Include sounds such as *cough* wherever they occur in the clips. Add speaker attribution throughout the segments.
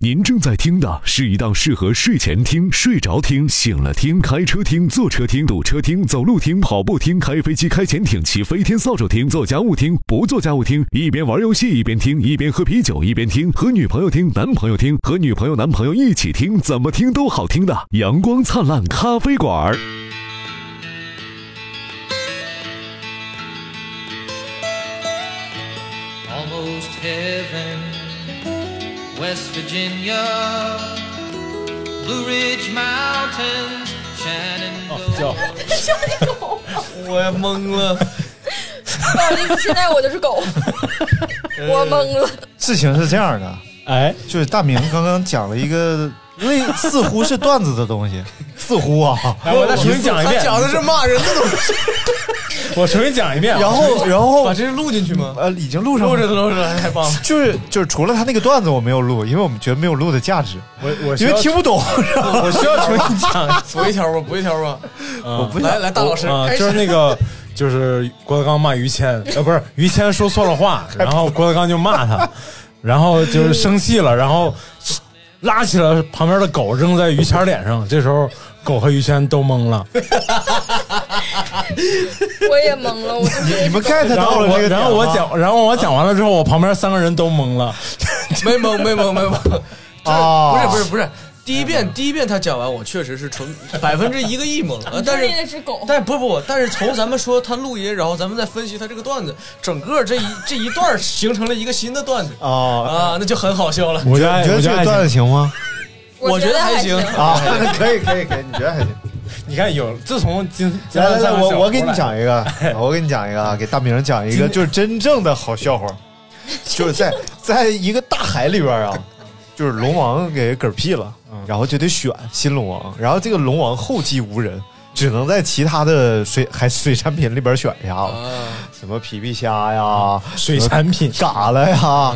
Speaker 1: 您正在听的是一档适合睡前听、睡着听、醒了听、开车听、坐车听、堵车听、走路听、跑步听、开飞机、开潜艇、骑飞天扫帚听、做家务听、不做家务听，一边玩游戏一边听，一边喝啤酒一边听，和女朋友听、男朋友听、和女朋友男朋友一起听，怎么听都好听的阳光灿烂咖啡馆儿。
Speaker 2: almost heaven. West Virginia, Blue Ridge Mountains, Shenandoah.
Speaker 3: 我懵了，
Speaker 4: 不好意思，现在我就是
Speaker 5: *laughs*
Speaker 4: 狗，我懵了。
Speaker 5: 事情是这样的，
Speaker 3: 哎，
Speaker 5: 就是大明刚刚讲了一个类似乎是段子的东西，似乎啊，
Speaker 3: 来我再重新讲一遍，
Speaker 6: 讲的是骂人的东西，
Speaker 3: 我重新讲一遍啊，
Speaker 5: 然后然后
Speaker 6: 把这录进去吗？
Speaker 5: 呃已经录上
Speaker 6: 录着
Speaker 5: 了，
Speaker 6: 录着，哎太棒了！
Speaker 5: 就是就是除了他那个段子我没有录，因为我们觉得没有录的价值，
Speaker 3: 我我需
Speaker 5: 因为
Speaker 3: 要
Speaker 5: 听不懂。
Speaker 3: 啊我需要重新讲一次，
Speaker 6: 补一条吧，补一条吧。
Speaker 3: 我
Speaker 5: 不想
Speaker 6: 来来，大老师
Speaker 3: 啊，
Speaker 6: 开始
Speaker 3: 就是那个，就是郭德纲骂于谦，呃，不是于谦说错了话，然后郭德纲就骂他， *laughs* 然后就是生气了，然后拉起了旁边的狗扔在于谦脸上，这时候狗和于谦都懵
Speaker 5: *laughs*
Speaker 3: 了，
Speaker 4: 我也懵了，我就
Speaker 5: 你你
Speaker 4: 是
Speaker 5: 们 get
Speaker 3: 然后
Speaker 5: 到了
Speaker 3: 我
Speaker 5: 这个点啊
Speaker 3: 然后我
Speaker 5: 吗，
Speaker 3: 讲，然后我讲完了之后，我旁边三个人都懵了，
Speaker 6: 没蒙没蒙没蒙，
Speaker 5: 啊
Speaker 3: 哦
Speaker 6: 这不是不是不是，第一遍第一遍他讲完，我确实是纯百分之一个亿蒙
Speaker 4: *laughs*
Speaker 6: 了，但
Speaker 4: 专业
Speaker 6: 是
Speaker 4: 的只狗，
Speaker 6: 但不不，但是从咱们说他录音，然后咱们再分析他这个段子，整个这一 *laughs* 这一段儿形成了一个新的段子
Speaker 5: 啊，
Speaker 6: 啊，那就很好笑了。
Speaker 3: 我觉
Speaker 5: 你觉得这个段子行吗？
Speaker 6: 我觉
Speaker 4: 觉
Speaker 6: 得还
Speaker 4: 还
Speaker 6: 行
Speaker 5: 啊，那可以可以可以，你觉得还行？
Speaker 3: 你看有，自从今今
Speaker 5: 来
Speaker 3: 天
Speaker 5: 来
Speaker 3: 三
Speaker 5: 来，
Speaker 3: 个小
Speaker 5: 我我
Speaker 3: 胡
Speaker 5: 给你
Speaker 3: 来
Speaker 5: 讲
Speaker 3: *laughs*
Speaker 5: 一个，我给你讲一个啊，给大明讲一
Speaker 3: 今
Speaker 5: 个，
Speaker 3: 天
Speaker 5: 就是真正的好笑话，就
Speaker 3: *laughs*
Speaker 5: 是在在一个大海里边啊，就是龙王给嗝屁了，
Speaker 3: 嗯
Speaker 5: 然后就得选新龙王，然后这个龙王后继无人，只能在其他的水海水产品里边选一下子，
Speaker 6: 啊，
Speaker 5: 什么皮皮虾呀、
Speaker 3: 水产品，嗯
Speaker 5: 蛤蜊呀、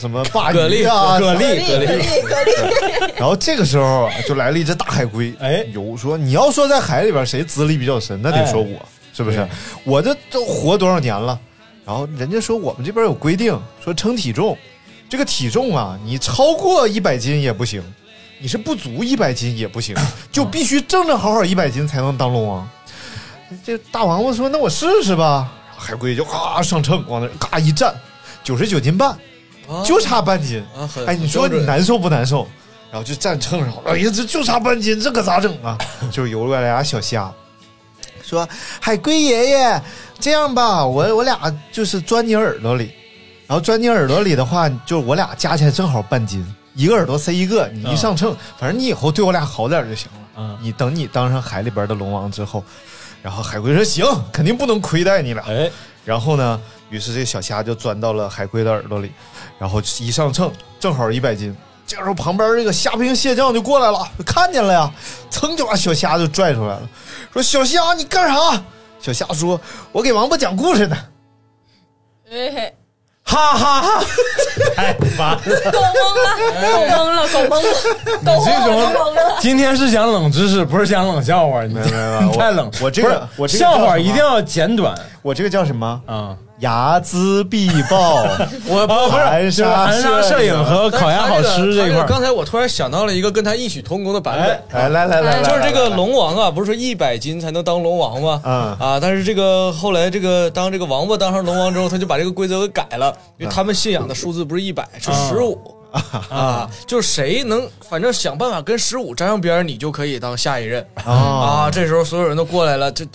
Speaker 5: 什么鲅
Speaker 6: 蛤
Speaker 5: 鱼
Speaker 6: 蜊
Speaker 5: 啊、
Speaker 3: 蛤
Speaker 4: 蛤
Speaker 3: 蜊，
Speaker 4: 蜊蛤蜊蛤蜊，
Speaker 5: *laughs* 然后这个时候啊就来了一只大海龟，
Speaker 3: 哎
Speaker 5: 有说你要说在海里边谁资历比较深，那得说我、是不是
Speaker 3: 对？
Speaker 5: 我这都活多少年了？然后人家说我们这边有规定，说称体重，这个体重啊，你超过一百斤也不行，你是不足一百斤也不行，就必须正正好好一百斤才能当龙王。这大王八说：“那我试试吧。”海龟就咔上秤，往那咔一站，九十九斤半，就差半斤。
Speaker 6: 啊，很
Speaker 5: 哎，你说
Speaker 6: 很标
Speaker 5: 你
Speaker 6: 准
Speaker 5: 难受不难受？然后就站秤上，哎呀，这就差半斤，这可咋整
Speaker 6: *laughs*
Speaker 5: 啊？就是游过来俩小虾，说海龟爷爷，这样吧，我我俩就是钻你耳朵里，然后钻你耳朵里的话，就是我俩加起来正好半斤，一个耳朵塞一个，你一上秤，
Speaker 6: 嗯
Speaker 5: 反正你以后对我俩好点就行了。
Speaker 3: 嗯
Speaker 5: 你等你当上海里边的龙王之后，然后海龟说行，肯定不能亏待你俩。
Speaker 3: 哎，
Speaker 5: 然后呢，于是这个小虾就钻到了海龟的耳朵里，然后一上秤，正好一百斤。这时候旁边这个虾兵蟹将就过来了，看见了呀，噌就把小虾就拽出来了，说：“小虾，你干啥？”小虾说：“我给王八讲故事呢。
Speaker 4: 哎
Speaker 3: 哈哈哈，太烦了。
Speaker 4: 狗懵
Speaker 5: 哎
Speaker 4: 了，狗懵了，狗懵了，狗
Speaker 3: 这
Speaker 4: 懵了，狗懵
Speaker 3: 种
Speaker 4: 了。
Speaker 3: 今天是讲冷知识，不是讲冷笑话，你
Speaker 5: 没有没有没有
Speaker 3: 太冷。
Speaker 5: 我我这个
Speaker 3: 不是
Speaker 5: 我这个
Speaker 3: 笑话
Speaker 5: 叫什么
Speaker 3: 一定要简短
Speaker 5: 我这个叫什么？
Speaker 3: 啊。
Speaker 5: 睚眦必报。
Speaker 3: 我不
Speaker 5: 呃含
Speaker 3: 是就是
Speaker 5: 沙
Speaker 3: 含沙
Speaker 5: 摄
Speaker 3: 摄
Speaker 5: 影
Speaker 3: 影和烤鸭好吃
Speaker 6: 这
Speaker 3: 这一块儿
Speaker 6: 刚才我突然想到了一个跟他异曲同工的版
Speaker 3: 哎
Speaker 6: 本。
Speaker 5: 来来来来来，
Speaker 6: 就是这
Speaker 5: 来
Speaker 6: 个龙王啊，不是说一百斤才能当龙王吗？
Speaker 5: 嗯
Speaker 6: 啊，但是这个后来这个当这个王八当上龙王之后，他就把这个规则给改了，因为他们信仰的数字不是一百，是十五啊，就是谁能反正想办法跟十五沾上边儿，你就可以当下一任
Speaker 5: 啊
Speaker 6: 啊。这时候所有人都过来了，这就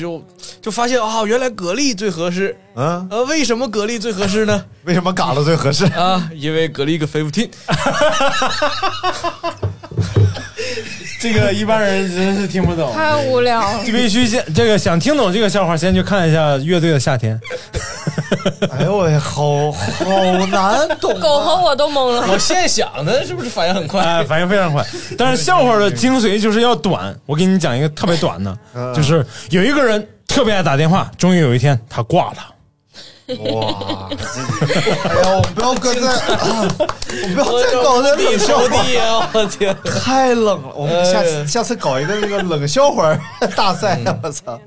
Speaker 6: 就就发现啊，原来蛤蜊最合适。
Speaker 5: 嗯，
Speaker 6: 呃，为什么蛤蜊最合适呢？
Speaker 5: 为什么嘎了最合适？
Speaker 6: 啊，因为蛤蜊个 fifteen。
Speaker 3: 这个一般人真是听不懂。
Speaker 4: 太无聊了，
Speaker 3: 必须先这个想听懂这个笑话，先去看一下乐队的夏
Speaker 5: *laughs*
Speaker 3: 天。
Speaker 5: 哎呦喂，好好难懂
Speaker 4: 狗和我都懵了。
Speaker 6: 我现想的，是不是反应很快？
Speaker 3: 哎，反应非常快。但是笑话的精髓就是要短。我给你讲一个特别短的，
Speaker 5: 嗯
Speaker 3: 就是有一个人特别爱打电话，终于有一天他挂了。
Speaker 5: 哇！哎呀，我们不要搁在，啊我们不要
Speaker 6: 我
Speaker 5: 再搞这
Speaker 6: 地
Speaker 5: 冷笑
Speaker 6: 收
Speaker 5: 话，
Speaker 6: 地啊！我天，
Speaker 5: 太冷哎哎了。我们下次下次搞一个那个冷笑话大赛，我操！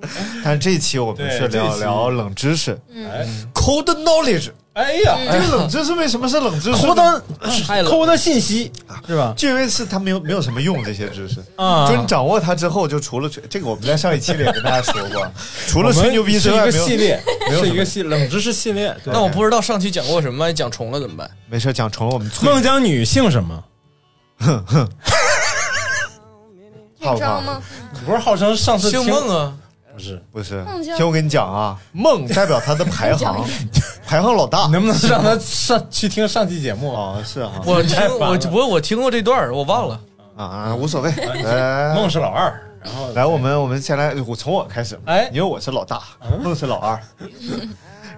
Speaker 5: 但是这一期我们是
Speaker 3: 对这一
Speaker 5: 聊
Speaker 3: 期
Speaker 5: 聊冷知识，嗯，cold knowledge。
Speaker 3: 哎呀，
Speaker 5: 啊这个冷知识为什么是冷知识呢？
Speaker 3: 抠的
Speaker 6: 太冷
Speaker 3: 抠的信息，是吧？
Speaker 5: 就因为是它没有没有什么用这些知识
Speaker 3: 啊
Speaker 5: 就是你掌握它之后，就除了吹这个，我们在上一期里也跟大家说 *laughs* 过，除
Speaker 3: 我
Speaker 5: 了
Speaker 3: 们
Speaker 5: 吹牛逼
Speaker 3: 是
Speaker 5: 之
Speaker 3: 一
Speaker 5: 外，
Speaker 3: 个
Speaker 5: 没有
Speaker 3: 系列，
Speaker 5: 没有
Speaker 3: 是
Speaker 5: 什
Speaker 3: 一个
Speaker 5: 么
Speaker 3: 系冷知识系列。对
Speaker 6: 那我不知道上期讲过什么，万一讲重了怎么办？
Speaker 5: 没事讲重了我们催
Speaker 3: 孟姜女姓什么？
Speaker 5: 好
Speaker 4: 孟
Speaker 5: 不
Speaker 4: 章
Speaker 5: 好？
Speaker 4: 吗？
Speaker 3: 你不是号称上次
Speaker 6: 姓
Speaker 3: 听
Speaker 6: 孟啊，
Speaker 3: 不是？
Speaker 5: 不是
Speaker 4: 孟，姜
Speaker 5: 听我跟你讲啊，梦 *laughs* 代表它的排行，排行老大
Speaker 3: 你能不
Speaker 5: *laughs*
Speaker 3: 能让他上去听上期节目啊？
Speaker 5: 啊，是哈
Speaker 6: *laughs* 我听
Speaker 3: 太烦了
Speaker 6: 我不我听过这段儿，我忘了。
Speaker 5: 啊，无所谓，来来来
Speaker 3: *laughs* 哎孟是老二，然后
Speaker 5: 来，我们我们先来，我从我开始吧，
Speaker 3: 哎
Speaker 5: 因为我是老大，梦是老二。 *laughs*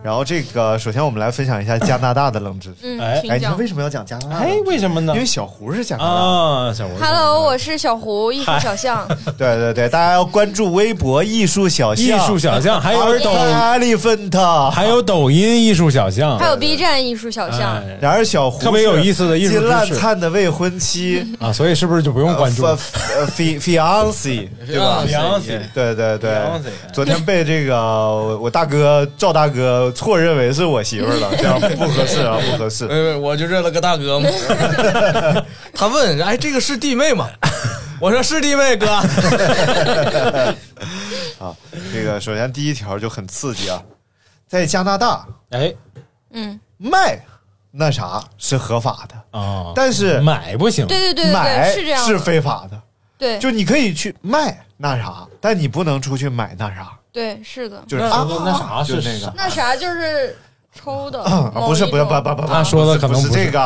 Speaker 5: 然后这个，首先我们来分享一下加拿大的冷知识。
Speaker 3: 哎
Speaker 4: 嗯，请
Speaker 5: 哎，你
Speaker 4: 讲
Speaker 5: 看。为什么要讲加拿大呢？
Speaker 3: 哎，为什么呢
Speaker 5: 因？为小胡是加拿大的。
Speaker 3: 啊，小吴
Speaker 4: Hello，我是小胡，艺术小
Speaker 5: *laughs*
Speaker 4: 象。
Speaker 5: 对对对，大家要关注微博艺术小
Speaker 3: 艺
Speaker 5: 象，
Speaker 3: 术小象，还有
Speaker 5: 儿
Speaker 3: 抖
Speaker 5: 童，elephant。
Speaker 3: 还有抖音艺术小象，
Speaker 4: 还有 B 站艺术小象，
Speaker 3: 哎
Speaker 5: 然而小胡是
Speaker 3: 特别有意思的艺术知识
Speaker 5: 金烂灿的未婚妻，
Speaker 3: 啊，所以是不是就不用关注？
Speaker 5: 呃，fi- fiance 对吧？
Speaker 3: Beyonce
Speaker 5: 对对对
Speaker 3: Beyonce，
Speaker 5: 昨天被这个我我大哥赵大哥错认为是我媳妇儿
Speaker 3: *laughs*
Speaker 5: 了，这样不合适啊，不合适。
Speaker 3: 嗯
Speaker 6: 没有，我就认了个大哥嘛。 *laughs* 他问，哎，这个是弟妹吗？我说是弟妹， *laughs* 哥。
Speaker 5: 啊，这个首先第一条就很刺激啊，在加拿大
Speaker 3: 哎
Speaker 4: 嗯，
Speaker 5: 卖那啥是合法的，
Speaker 3: 啊，
Speaker 5: 但是
Speaker 3: 买不行，
Speaker 4: 对对对对
Speaker 5: 买
Speaker 4: 对，是这样
Speaker 5: 是
Speaker 4: 的，
Speaker 5: 非法的，
Speaker 4: 对
Speaker 5: 就你可以去卖那啥，但你不能出去买那啥，
Speaker 4: 对是的。
Speaker 5: 就是
Speaker 3: 那
Speaker 5: 啊
Speaker 3: 那啥
Speaker 5: 就是那个。
Speaker 4: 那啥就是抽的，
Speaker 5: 啊
Speaker 4: 某
Speaker 5: 不是
Speaker 4: 一
Speaker 5: 不是不
Speaker 4: 种
Speaker 5: 不不，
Speaker 3: 他说的
Speaker 5: 不
Speaker 3: 可
Speaker 5: 是
Speaker 3: 能
Speaker 5: 不是
Speaker 3: 不是
Speaker 5: 这个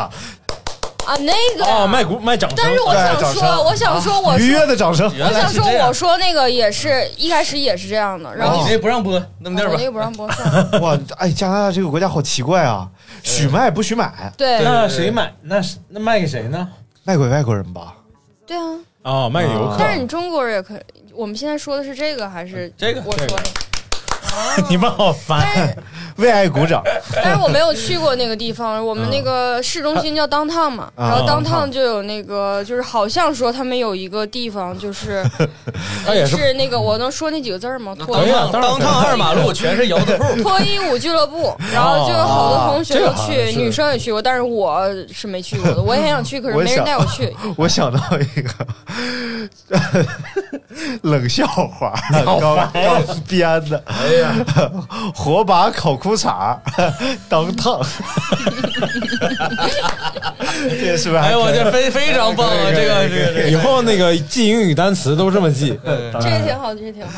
Speaker 4: 啊那个呀
Speaker 3: 哦，卖。股卖掌声
Speaker 4: 但是我
Speaker 5: 对
Speaker 4: 想
Speaker 5: 掌
Speaker 4: 说，
Speaker 5: 声
Speaker 4: 我想说，我
Speaker 5: 愉
Speaker 4: 说
Speaker 5: 悦的掌声，
Speaker 4: 我想说
Speaker 6: 原来是这，样
Speaker 4: 我说那个也是一开始也是这样的，然后
Speaker 6: 你这不让播，那么地
Speaker 4: 啊
Speaker 6: 儿
Speaker 4: 我
Speaker 6: 吧
Speaker 4: 那。个不让播放，
Speaker 5: 哇！哎，加拿大这个国家好奇怪啊，许卖不许买，
Speaker 4: 对
Speaker 3: 那谁买？那是那卖给谁呢？
Speaker 5: 卖给外国人吧？
Speaker 4: 对啊。
Speaker 3: 哦，卖给游
Speaker 5: 啊
Speaker 3: 客。
Speaker 4: 但是你中国人也可以，我们现在说的是这个还是
Speaker 6: 这个
Speaker 4: 我说的。
Speaker 3: *laughs* 你们好
Speaker 4: 但
Speaker 3: 烦。
Speaker 4: 是
Speaker 5: 为爱鼓掌，
Speaker 4: 但是我没有去过那个地方，我们
Speaker 6: 嗯
Speaker 4: 那个市中心叫 downtown 嘛，
Speaker 5: 啊
Speaker 4: 然后
Speaker 5: downtown
Speaker 4: downtown 就有那个，就是好像说他们有一个地方，就是
Speaker 6: *laughs*
Speaker 3: 他也是
Speaker 4: 是那个，我能说那几个字儿吗？脱
Speaker 3: 可以啊
Speaker 6: 哎
Speaker 3: 当
Speaker 6: 当
Speaker 3: 然
Speaker 6: 当趟二马路全是摇头铺，
Speaker 4: 脱衣舞俱乐部，然后就有好多同学
Speaker 3: 这
Speaker 4: 都
Speaker 3: 个好像
Speaker 4: 去，
Speaker 3: 是
Speaker 4: 女生也去过，但是我是没去过的，我也很想去，可是
Speaker 5: 我也
Speaker 4: 没人
Speaker 5: 想
Speaker 4: 带我去。
Speaker 5: 我想到一个 *laughs* 冷笑话，刚刚编的。哎呀，火把烤裤衩当烫，这是不是还可以？
Speaker 6: 哎呦我 *laughs* 这非非常棒啊！这个这个
Speaker 3: 以后那个记英语单词都这么 *laughs* 记，
Speaker 4: 这个挺好，这个挺好。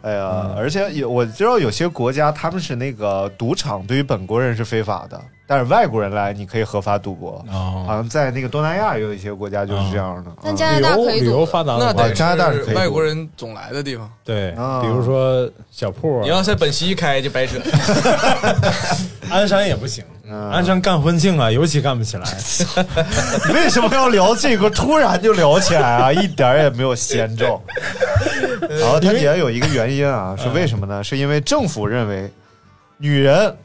Speaker 5: 哎呀，而且有我知道有些国家他们是那个赌场对于本国人是非法的，但是外国人来你可以合法赌博。
Speaker 3: 哦
Speaker 5: 好像在那个东南亚也有一些国家就是这样的。
Speaker 4: 但
Speaker 5: 嗯
Speaker 4: 加拿
Speaker 3: 旅
Speaker 4: 大
Speaker 3: 游
Speaker 4: 可以
Speaker 3: 旅
Speaker 4: 赌
Speaker 3: 游
Speaker 4: 的，
Speaker 3: 发达
Speaker 6: 那
Speaker 3: 了，
Speaker 6: 得
Speaker 5: 加拿大是可
Speaker 6: 是
Speaker 5: 以
Speaker 6: 外国人总来的地方。
Speaker 3: 对
Speaker 5: 啊，
Speaker 3: 比如说小铺
Speaker 6: 你，要在本溪开就白扯，
Speaker 3: 鞍山也不行，鞍山干婚庆啊，尤其干不起来。
Speaker 5: 你 *laughs* 为什么要聊这个？突然就聊起来
Speaker 3: *laughs*
Speaker 5: 啊，一点儿也没有先兆。然后它也有一个原因啊，是为什么
Speaker 3: 嗯
Speaker 5: 呢？是因为政府认为女人，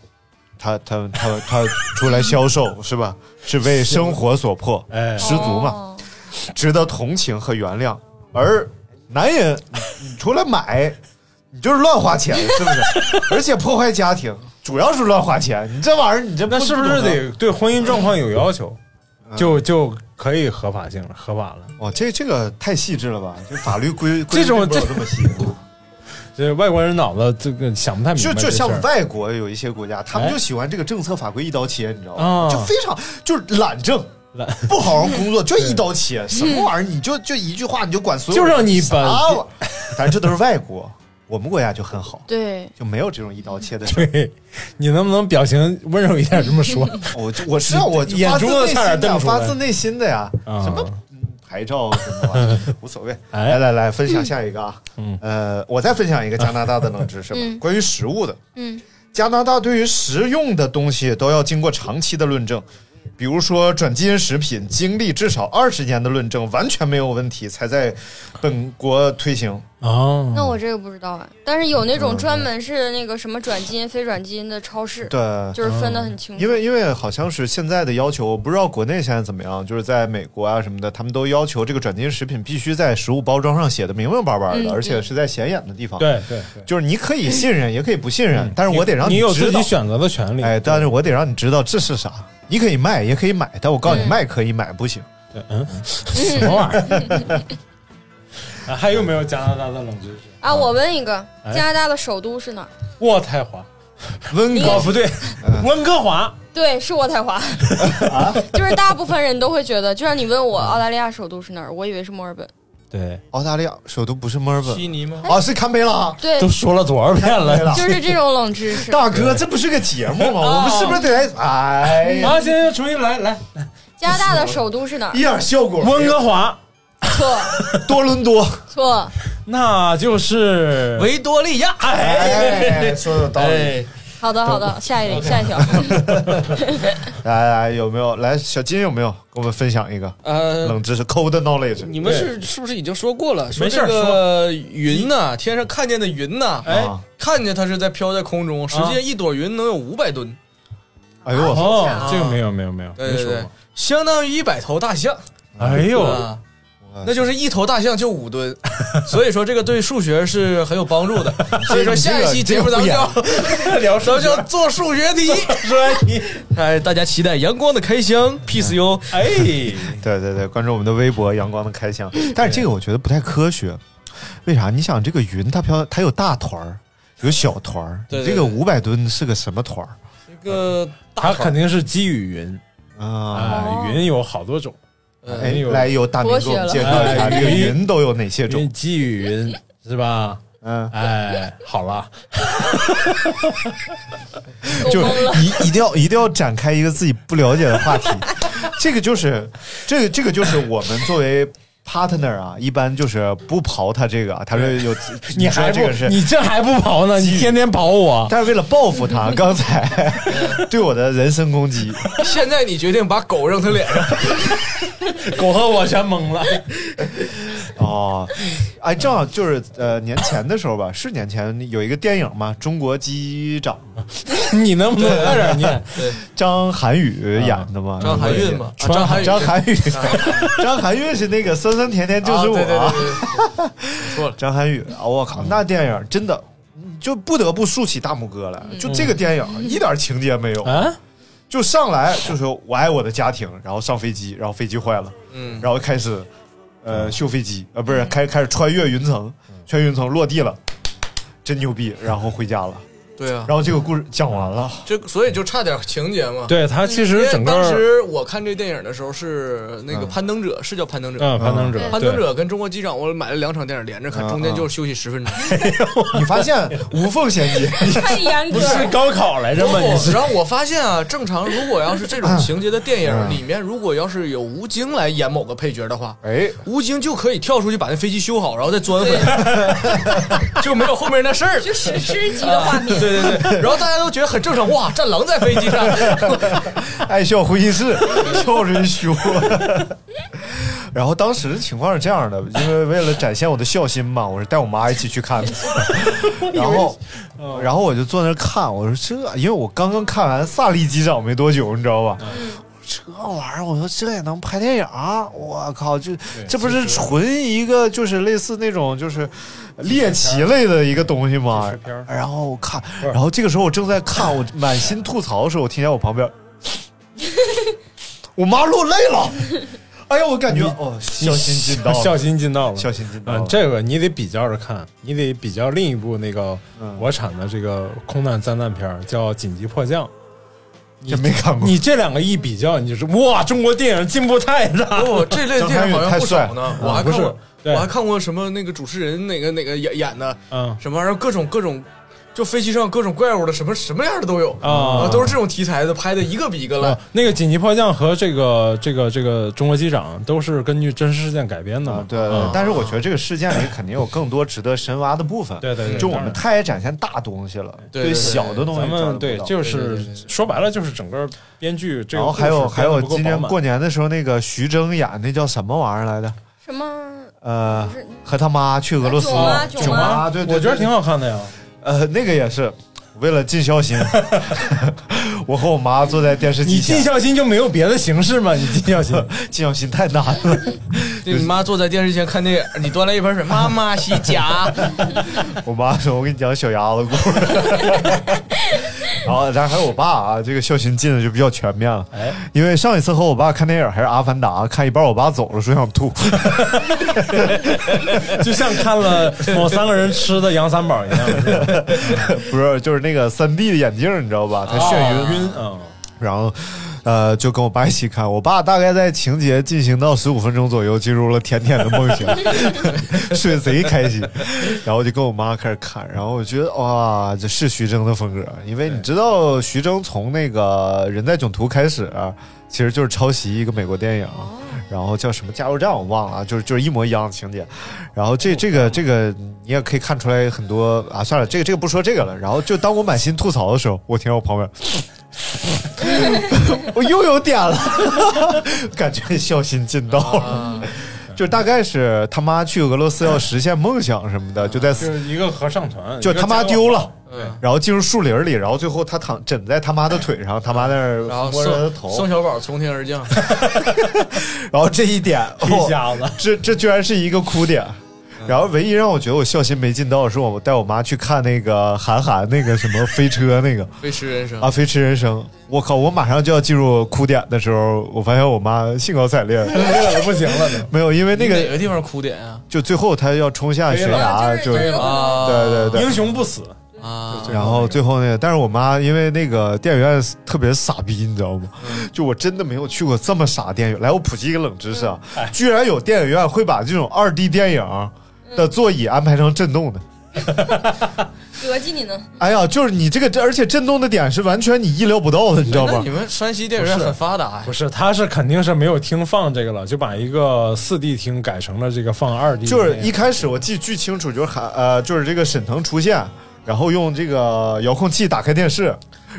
Speaker 5: 她她她她出来销售
Speaker 3: *laughs*
Speaker 5: 是吧，是为生活所迫，
Speaker 3: 哎
Speaker 5: 十足嘛，
Speaker 4: 哦
Speaker 5: 值得同情和原谅。而男人，你你出来买，你就是乱花钱，是不是？
Speaker 3: *laughs*
Speaker 5: 而且破坏家庭，主要是乱花钱。你这玩意儿，你这
Speaker 3: 那是不
Speaker 5: 懂
Speaker 3: 是
Speaker 5: 啊
Speaker 3: 得对婚姻状况有要求，就就可以合法性了，合法了？
Speaker 5: 哇，哦这这个太细致了吧？就法
Speaker 3: *laughs*
Speaker 5: 律规规
Speaker 3: 这种
Speaker 5: 定不了这么细。
Speaker 3: 这外国人脑子这个想不太明
Speaker 5: 就
Speaker 3: 白
Speaker 5: 就
Speaker 3: 这事
Speaker 5: 像
Speaker 3: 儿，
Speaker 5: 外国有一些国家，他们
Speaker 3: 哎
Speaker 5: 就喜欢这个政策法规一刀切，你知道吗
Speaker 3: 啊？
Speaker 5: 就非常就是懒政，
Speaker 3: 懒
Speaker 5: 不好好
Speaker 3: *laughs*
Speaker 5: 工作就一刀切，什么玩意儿？你就就一句话你就管所有
Speaker 3: 就
Speaker 5: 人，
Speaker 3: 让你把
Speaker 5: 啥 *laughs* 玩意儿咱这都是外国，我们国家就很好，
Speaker 4: 对，
Speaker 5: 就没有这种一刀
Speaker 3: *laughs*
Speaker 5: 切的事儿。
Speaker 3: 对， *laughs* 你能不能表情温柔一点这么说？
Speaker 5: 我就我知道，我
Speaker 3: 眼
Speaker 5: 发自
Speaker 3: 珠子
Speaker 5: 内
Speaker 3: 差点
Speaker 5: 心的，
Speaker 3: 瞪出
Speaker 5: 发
Speaker 3: 来
Speaker 5: 自内心的呀，
Speaker 3: 啊
Speaker 5: 什么？嗯牌照什么玩意儿无所谓，
Speaker 3: 哎
Speaker 5: 来来来，分享下一个啊，
Speaker 3: 嗯
Speaker 5: 呃，我再分享一个加拿大的冷知识吧，
Speaker 4: 嗯
Speaker 5: 关于食物的，
Speaker 4: 嗯，
Speaker 5: 加拿大对于食用的东西都要经过长期的论证，比如说转基因食品，经历至少二十年的论证，完全没有问题，才在本国推行。
Speaker 3: 哦，
Speaker 4: 那我这个不知道啊，但是有那种专门是那个什么转基因、非转基因的超市，
Speaker 5: 对，嗯
Speaker 4: 就是分得很清楚。
Speaker 5: 因为因为好像是现在的要求，我不知道国内现在怎么样，就是在美国啊什么的，他们都要求这个转基因食品必须在食物包装上写的明明白白的，
Speaker 4: 嗯
Speaker 5: 而且是在显眼的地方。，
Speaker 3: 对对对，
Speaker 5: 就是你可以信任，也可以不信任，但是我得让
Speaker 3: 你有自
Speaker 5: 知道哎
Speaker 3: 己。选择的权利。
Speaker 4: 嗯
Speaker 5: 哎，但是我得让你知道这是啥，你可以卖也可以买，但我告诉你，卖可以买不行。
Speaker 3: 嗯，什么玩意儿？ *laughs* 啊还有没有加拿大的冷知识？
Speaker 4: 啊，我问一个，
Speaker 3: 哎
Speaker 4: 加拿大的首都是哪儿？
Speaker 3: 渥太华
Speaker 5: 温
Speaker 3: 哦，
Speaker 5: 哥
Speaker 3: 不对，温哥华。
Speaker 4: 对，是渥太华。 *laughs* 就是大部分人都会觉得，就像你问我澳大利亚首都是哪儿，我以为是墨尔本。
Speaker 3: 对，
Speaker 5: 澳大利亚首都不是墨尔本
Speaker 6: 悉尼吗？
Speaker 5: 啊，是堪培拉。
Speaker 4: 对，
Speaker 3: 都说了多少遍了？
Speaker 4: *laughs*
Speaker 5: 堪培拉
Speaker 4: 就是哦这种冷知
Speaker 5: *laughs*
Speaker 4: 识。
Speaker 5: 大哥，这不是个节目吗？
Speaker 3: 啊
Speaker 5: 我们是不是得来？哎呀，
Speaker 3: 啊，行行，重新来来，
Speaker 4: 加拿大的首都是哪儿
Speaker 5: 一？点效果没有。
Speaker 3: 温哥华，
Speaker 4: 错
Speaker 5: 多伦多，
Speaker 4: 错，
Speaker 3: 那就是
Speaker 6: 维多利亚。
Speaker 3: 哎
Speaker 5: 哎，说的有道理。
Speaker 6: 哎，
Speaker 4: 好的好的，下一下一条。
Speaker 5: 来来，有没有来？小金有没有给我们分享一个
Speaker 6: 呃，
Speaker 5: 冷知识？Cold knowledge。
Speaker 6: 你们是是不是已经说过了？说
Speaker 3: 没事
Speaker 6: 这
Speaker 3: 儿
Speaker 6: 个云呐，天上看见的云呐，
Speaker 3: 哎
Speaker 5: 啊
Speaker 6: 看见它是在飘在空中，实际一朵云能有五百吨，哎
Speaker 5: 哎呦我，
Speaker 3: 哦，这个没有没有没有
Speaker 6: 对
Speaker 3: 没
Speaker 6: 对
Speaker 3: 说
Speaker 6: 对
Speaker 3: 过。，
Speaker 6: 相当于一百头大象。
Speaker 3: 哎呦，
Speaker 6: 啊，那就是一头大象就五吨， *laughs* 所以说这个对数学是很有帮助 *laughs* 的。所以说下一期节目咱们就要 *laughs* 聊，咱们就要做数学 *laughs* 题。啊
Speaker 3: 说你
Speaker 6: 哎，大家期待阳光的开箱，peace 哟。
Speaker 3: 哎，
Speaker 5: 对对对，关注我们的微博“阳光的开箱”，但是这个我觉得不太科学，为啥？你想这个云它飘，它有大团儿，有小团儿，
Speaker 6: 对
Speaker 5: 你
Speaker 6: 对
Speaker 5: 这个五百吨是个什么团儿
Speaker 6: 这个大
Speaker 3: 它
Speaker 6: 团
Speaker 3: 肯定是基于云
Speaker 5: 啊？
Speaker 3: 啊，云有好多种，
Speaker 6: 嗯
Speaker 5: 哎
Speaker 3: 哎呦，
Speaker 5: 来由大明给我们介绍一
Speaker 3: 博学
Speaker 5: 下
Speaker 3: 了
Speaker 5: 这个云都有哪些
Speaker 3: 因为
Speaker 5: 种？
Speaker 3: 基于云是吧？
Speaker 5: 嗯，
Speaker 3: 哎，好了，
Speaker 5: *laughs* 就
Speaker 4: 够疯了
Speaker 5: 一一定要一定要展开一个自己不了解的话
Speaker 6: *laughs*
Speaker 5: 题，这个就是这个这个就是我们作为。partner 啊，一般就是不刨他这个啊，他说有，
Speaker 3: 你
Speaker 5: 说
Speaker 3: 还
Speaker 5: 这
Speaker 3: 不
Speaker 5: 个是，
Speaker 3: 你这还不刨呢？你天天刨我，
Speaker 5: 但是为了报复
Speaker 6: *laughs*
Speaker 5: 他刚才 *laughs* 对我的人身攻击，
Speaker 6: 现在你决定把狗扔他脸上，
Speaker 3: 狗和我全懵了。
Speaker 5: 哦，哎，正好就是呃年前的时候吧，是年前有一个电影嘛，《中国机长
Speaker 3: *laughs* 你能不能快点
Speaker 5: *laughs*
Speaker 3: 念？》，
Speaker 5: 张涵予演的嘛，
Speaker 6: 啊张含韵嘛，啊
Speaker 5: 中国
Speaker 6: 张
Speaker 5: 机
Speaker 6: 含韵，
Speaker 5: 张涵予，
Speaker 6: *laughs*
Speaker 5: 张涵予是那个酸酸甜甜就是我
Speaker 6: 啊对对
Speaker 5: 啊，
Speaker 6: 对对
Speaker 5: 张涵予啊，我靠，那电影真的。就不得不竖起大拇哥来，就这个电影一点情节没有，
Speaker 3: 啊，
Speaker 5: 就上来就说我爱我的家庭，然后上飞机，然后飞机坏了，
Speaker 6: 嗯
Speaker 5: 然后开始呃修飞机，呃不是开开始穿越云层，穿越云层落地了，真牛逼，然后回家了，
Speaker 6: 对啊，
Speaker 5: 然后这个故事讲完了，
Speaker 6: *laughs* 这所以就差点情节嘛。
Speaker 3: 对它其
Speaker 6: 因
Speaker 3: 实
Speaker 6: 为
Speaker 3: 整
Speaker 6: 当
Speaker 3: 个
Speaker 6: 时我看这电影的时候是那个《攀登者》，是叫《攀登者》
Speaker 3: 嗯，攀登者，
Speaker 6: 啊攀登
Speaker 3: 对，
Speaker 6: 者跟中国机长，我买了两场电影连着看，
Speaker 5: 嗯
Speaker 6: 中间就是休息
Speaker 3: *laughs*
Speaker 6: 十分钟。
Speaker 5: 你发现无缝衔接，
Speaker 4: 太严格
Speaker 3: 不是
Speaker 4: 了。
Speaker 3: 高考来着吗？你
Speaker 6: 我
Speaker 3: 是
Speaker 6: 然后我发现啊，正常如果要是这
Speaker 3: 嗯
Speaker 6: 种情节的电影里面，如果要是有吴京来演某个配角的话，
Speaker 5: 哎，
Speaker 6: 吴京就可以跳出去把那飞机修好，然后再钻回来， *laughs* 就没有后面那事儿了。
Speaker 4: 就史诗级的画面
Speaker 6: 对，对对，然后大家都觉得很正常，哇，战狼在飞机上，
Speaker 5: *laughs* 爱笑会
Speaker 3: *laughs*
Speaker 5: 议室，跳着修。 *laughs* 然后当时的情况是这样的，因为为了展现我的孝心嘛，我是带我妈一起去看的。
Speaker 3: *laughs*
Speaker 5: 然后，然后我就坐那儿看，我说这，因为我刚刚看完《萨利机长》没多久，你知道吧？
Speaker 3: 嗯
Speaker 5: 这玩意儿，我说这也能拍电影儿？我靠，这这不是纯一个就是类似那种就是猎奇类的一个东西吗
Speaker 3: 纪实片儿？
Speaker 5: 然后我看，然后这个时候我正在看，我满心吐槽的时候，我听见我旁边，我妈落泪了。
Speaker 3: *laughs*
Speaker 5: 哎呀，我感觉哦，孝心尽到了，
Speaker 3: 孝心尽到了，
Speaker 5: 孝心尽到了
Speaker 3: 嗯，这个你得比较着看，你得比较另一部那个
Speaker 5: 嗯
Speaker 3: 国产的这个空难灾难片儿叫《紧急迫降》。
Speaker 5: 这没看过。
Speaker 3: 你这两个一比较，你就是哇，中国电影进步太大。
Speaker 6: 哦，这类电影好像不少呢
Speaker 5: 张涵予太帅。
Speaker 6: 我还
Speaker 3: 不
Speaker 6: 看
Speaker 3: 是
Speaker 6: 过，，
Speaker 3: 对
Speaker 6: 我还，看过什么那个主持人哪个哪个演演的，
Speaker 3: 嗯
Speaker 6: 什么玩意儿，各种各种，就飞机上各种怪物的，什么什么样的都有
Speaker 3: 啊
Speaker 6: 都是这种题材的，拍的一个比一个烂
Speaker 3: 啊。，那个《紧急迫降》和这个这个这个中国机长都是根据真实事件改编的
Speaker 5: 啊
Speaker 3: 嘛，？
Speaker 5: 对对对，但是我觉得这个事件里肯定有更多值得深挖的部分。
Speaker 3: 对对对
Speaker 5: 就我
Speaker 3: 当
Speaker 5: 们
Speaker 3: 然
Speaker 5: 太爱展现大东西了，
Speaker 6: 对对对
Speaker 5: 小的东西
Speaker 3: 咱
Speaker 5: 抓得
Speaker 3: 们
Speaker 5: 不
Speaker 3: 对，
Speaker 5: 到
Speaker 3: 就
Speaker 6: 对对
Speaker 3: 是
Speaker 6: 对
Speaker 3: 说白了，就是整个编剧这
Speaker 5: 然
Speaker 3: 个
Speaker 5: 后
Speaker 3: 故事
Speaker 5: 还
Speaker 3: 编得
Speaker 5: 有
Speaker 3: 不够饱满，
Speaker 5: 还有，今年过年的时候，那个徐峥演那叫什么玩意儿来的？
Speaker 4: 什么？
Speaker 5: 呃
Speaker 4: 不是，
Speaker 5: 和他妈去俄罗斯，
Speaker 4: 囧妈囧妈
Speaker 5: 妈，啊对，对
Speaker 3: 我觉得挺。好看的呀。
Speaker 5: 对呃，那个也是为了尽孝
Speaker 3: *laughs*
Speaker 5: 心，我和我妈坐在电视
Speaker 3: 你
Speaker 5: 机
Speaker 3: 尽
Speaker 5: 前，
Speaker 3: 孝心就没有别的形式吗？你尽孝心，
Speaker 5: *laughs* 尽孝心太难了。
Speaker 6: 对你妈坐在电视前看电影，你端来一盆水，妈妈洗甲。
Speaker 5: 我妈说：“我给你讲小鸭子故事。”然后，然后还有我爸啊，这个孝心尽的就比较全面了。
Speaker 3: 哎
Speaker 5: 因为上一次和我爸看电影还是《阿凡达》，看一半我爸走了，说想吐。
Speaker 3: 就像看了某三个人吃的羊三
Speaker 5: *laughs*
Speaker 3: 宝一样，是吧
Speaker 5: 不是，就是那个三 D 的眼镜，你知道吧？他眩晕，
Speaker 3: 晕嗯，
Speaker 5: 然后，呃，就跟我爸一起看。我爸大概在情节进行到十五分钟左右，进入了甜甜的梦乡，睡得贼开心。然后就跟我妈开始看，然后我觉得哇，这是徐峥的风格，因为你知道徐峥从那个《人在囧途》开始，啊其实就是抄袭一个美国电影。然后叫什么加油站我忘了啊，就是就是一模一样的情节，然后这这个这个你也可以看出来很多啊，算了，这个这个不说这个了。然后就当我满心吐槽的时候，我听到我旁边， *laughs* 我又有点了， *laughs* 感觉孝心尽到了。
Speaker 3: 啊
Speaker 5: 就大概是他妈去俄罗斯要实现梦想什么的，就在
Speaker 3: 啊就是一个合唱团，
Speaker 5: 就
Speaker 3: 一个
Speaker 5: 他妈丢了，
Speaker 6: 嗯，
Speaker 5: 然后进入树林里，然后最后他躺枕在他妈的腿上，他妈在那
Speaker 6: 然后
Speaker 5: 儿摸着他的
Speaker 6: 宋
Speaker 5: 头
Speaker 6: 宋，小宝从天而降，
Speaker 5: 然后这一点，哦
Speaker 3: 家 *laughs* 伙，一家子，
Speaker 5: 这这居然是一个哭点。然后唯一让我觉得我孝心没尽到，的是我带我妈去看那个韩寒那个什么飞车那个
Speaker 6: 飞驰人生
Speaker 5: 啊，飞驰人生。我靠，我马上就要进入哭点的时候，我发现我妈兴高采烈。
Speaker 3: *laughs* 饿的不行了都。
Speaker 5: 没有，因为那
Speaker 6: 你哪
Speaker 5: 个
Speaker 6: 个地方哭点啊？
Speaker 5: 就最后她要冲下悬崖，
Speaker 4: 就是
Speaker 5: 就
Speaker 4: 就是有可能
Speaker 6: 啊，
Speaker 5: 对对对
Speaker 3: 英雄不死，
Speaker 6: 啊，
Speaker 5: 然后最后那个，但是我妈因为那个电影院特别傻逼，你知道吗？就我真的没有去过这么傻的电影院。来，我普及一个冷知识啊，居然有电影院会把这种二 D 电影的座椅安排成震动的。
Speaker 4: 膈应你呢。
Speaker 5: 哎呀，就是你这个，而且震动的点是完全你意料不到的，你知道
Speaker 6: 那
Speaker 5: 吗
Speaker 6: 你？们山西电影院很发达呀
Speaker 3: 不？是，他是肯定是没有厅放这个了，就把一个四 D 厅改成了这个放二 D，
Speaker 5: 就是一开始我记巨清楚，就是喊呃，就是这个沈腾出现，然后用这个遥控器打开电视，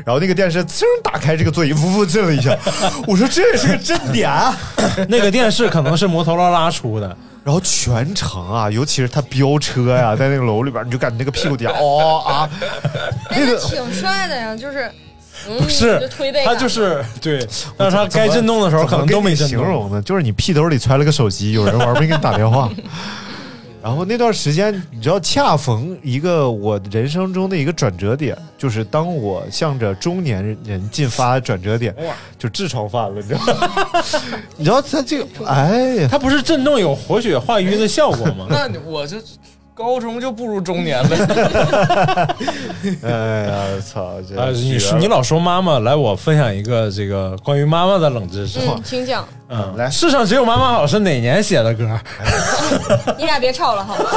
Speaker 5: 然后那个电视噌打开，这个座椅呜呜震了一下，我说这也是个震点啊。
Speaker 3: 那个电视可能是摩托罗拉出的，
Speaker 5: 然后全程啊，尤其是他飙车呀、在那个楼里边，你就感觉那个屁股
Speaker 3: *laughs*
Speaker 5: 底下哦啊，那
Speaker 4: 哎，那
Speaker 5: 个
Speaker 4: 挺帅的呀，就是，嗯，
Speaker 3: 不是
Speaker 4: 就推背，感
Speaker 3: 他就是 *laughs* 对，但是他该震动的时候可能都没震
Speaker 5: 怎
Speaker 3: 动
Speaker 5: 么跟你形。容呢，就是你屁兜里揣了个手机，有人玩命给你打电话。然后那段时间，你知道，恰逢一个我人生中的一个转折点，就是当我向着中年人进发转折点，就痔疮犯了，你知道吗？
Speaker 3: *laughs*
Speaker 5: 你知道他这个，哎呀，
Speaker 3: 它不是震动有活血化瘀的效果
Speaker 4: *laughs*
Speaker 3: 吗？
Speaker 6: 那你我这高中就步入中年了，
Speaker 5: 哎呀，操！这
Speaker 3: 呃，你
Speaker 5: 绝了
Speaker 3: 你老说妈妈，来我分享一个这个关于妈妈的冷知识。
Speaker 4: 嗯，请讲，
Speaker 3: 嗯，
Speaker 5: 来
Speaker 3: 世上只有妈妈好是哪年写的歌？
Speaker 4: 你俩别吵了，好吗？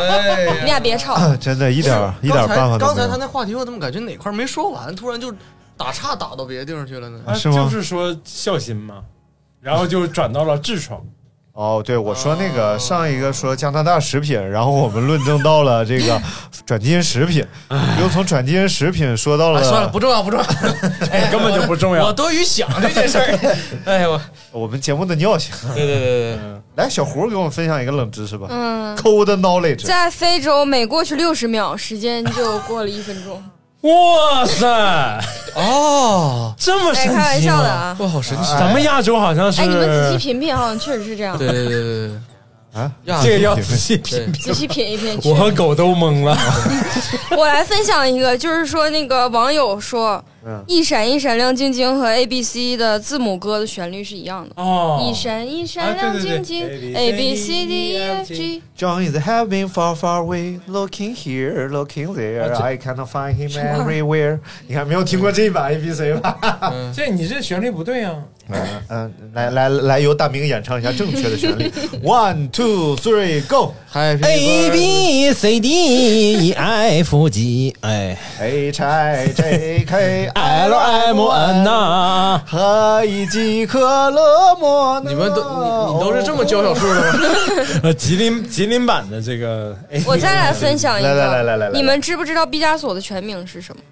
Speaker 6: 哎呀
Speaker 4: 你俩别吵，
Speaker 5: *coughs* 真的一点儿一点儿
Speaker 6: 刚才
Speaker 5: 办法都
Speaker 6: 刚
Speaker 5: 没
Speaker 6: 才他
Speaker 5: 有。
Speaker 6: 那话题，我怎么感觉哪块没说完，突然就打岔打到别的地方去了呢？
Speaker 5: 啊是吗
Speaker 3: 就是说孝心嘛，然后就转到了痔疮。
Speaker 5: 哦，对，我说那个上一个说加拿大食品，然后我们论证到了这 *laughs* 个转基因食品，又从转基因食品说哎到了。
Speaker 6: 哎，啊算了，不重要，不重要，
Speaker 3: *laughs* 哎，根本就不重
Speaker 6: 我
Speaker 3: 要。
Speaker 6: 多余想这件事儿。哎呦，
Speaker 5: 我们节目的尿性。
Speaker 6: 对对对
Speaker 5: *laughs* 来，小胡给我们分享一个冷知识吧。
Speaker 4: 嗯。
Speaker 5: Cold knowledge，
Speaker 4: 在非洲，每过去六十秒，时间就过了一分钟。
Speaker 3: 哇塞，
Speaker 6: 对，哦，
Speaker 3: 这么
Speaker 4: 哎，
Speaker 3: 神
Speaker 4: 开玩
Speaker 3: 奇
Speaker 4: 笑的
Speaker 3: 吗？
Speaker 4: 啊！
Speaker 6: 哇，好神奇！
Speaker 3: 咱们亚洲好像是
Speaker 4: 哎，你们仔细品品，好像确实是这样。
Speaker 6: 对对对对对，
Speaker 5: *laughs* 啊，
Speaker 6: 呀
Speaker 3: 这个要仔细品。
Speaker 6: 对
Speaker 4: 仔细品一品。
Speaker 3: 我和狗都懵
Speaker 4: *laughs*
Speaker 3: 了。
Speaker 4: 我来分享一个，就是说那个网友说，一闪一闪亮晶晶》和 A B C 的字母歌的旋律是一样的。
Speaker 3: 哦
Speaker 4: 一闪一闪亮晶晶
Speaker 3: 啊对对对
Speaker 4: ，A B C D E F G。
Speaker 5: John is having far, far away, looking here, looking there. I can't find him everywhere。你看，没有听过这一版 A B C 吧？
Speaker 3: 哦这你这旋律不对啊！
Speaker 5: *laughs* 嗯嗯，来来来，由大明演唱一下正确的旋 *laughs* 律。One, two, three, go。
Speaker 6: ，Happy
Speaker 3: A
Speaker 6: birthday
Speaker 3: B C D E F G，哎
Speaker 5: H I J K
Speaker 3: ，L M N 呐，
Speaker 5: 喝一季可乐莫纳
Speaker 6: 你们都你你都是这么教小数的 *laughs* 吗？
Speaker 3: 呃，吉林吉林版的这个，哎，
Speaker 4: 我再来分享一个，
Speaker 5: 来来来来来来
Speaker 4: 你们知不知道毕加索的全名是什么？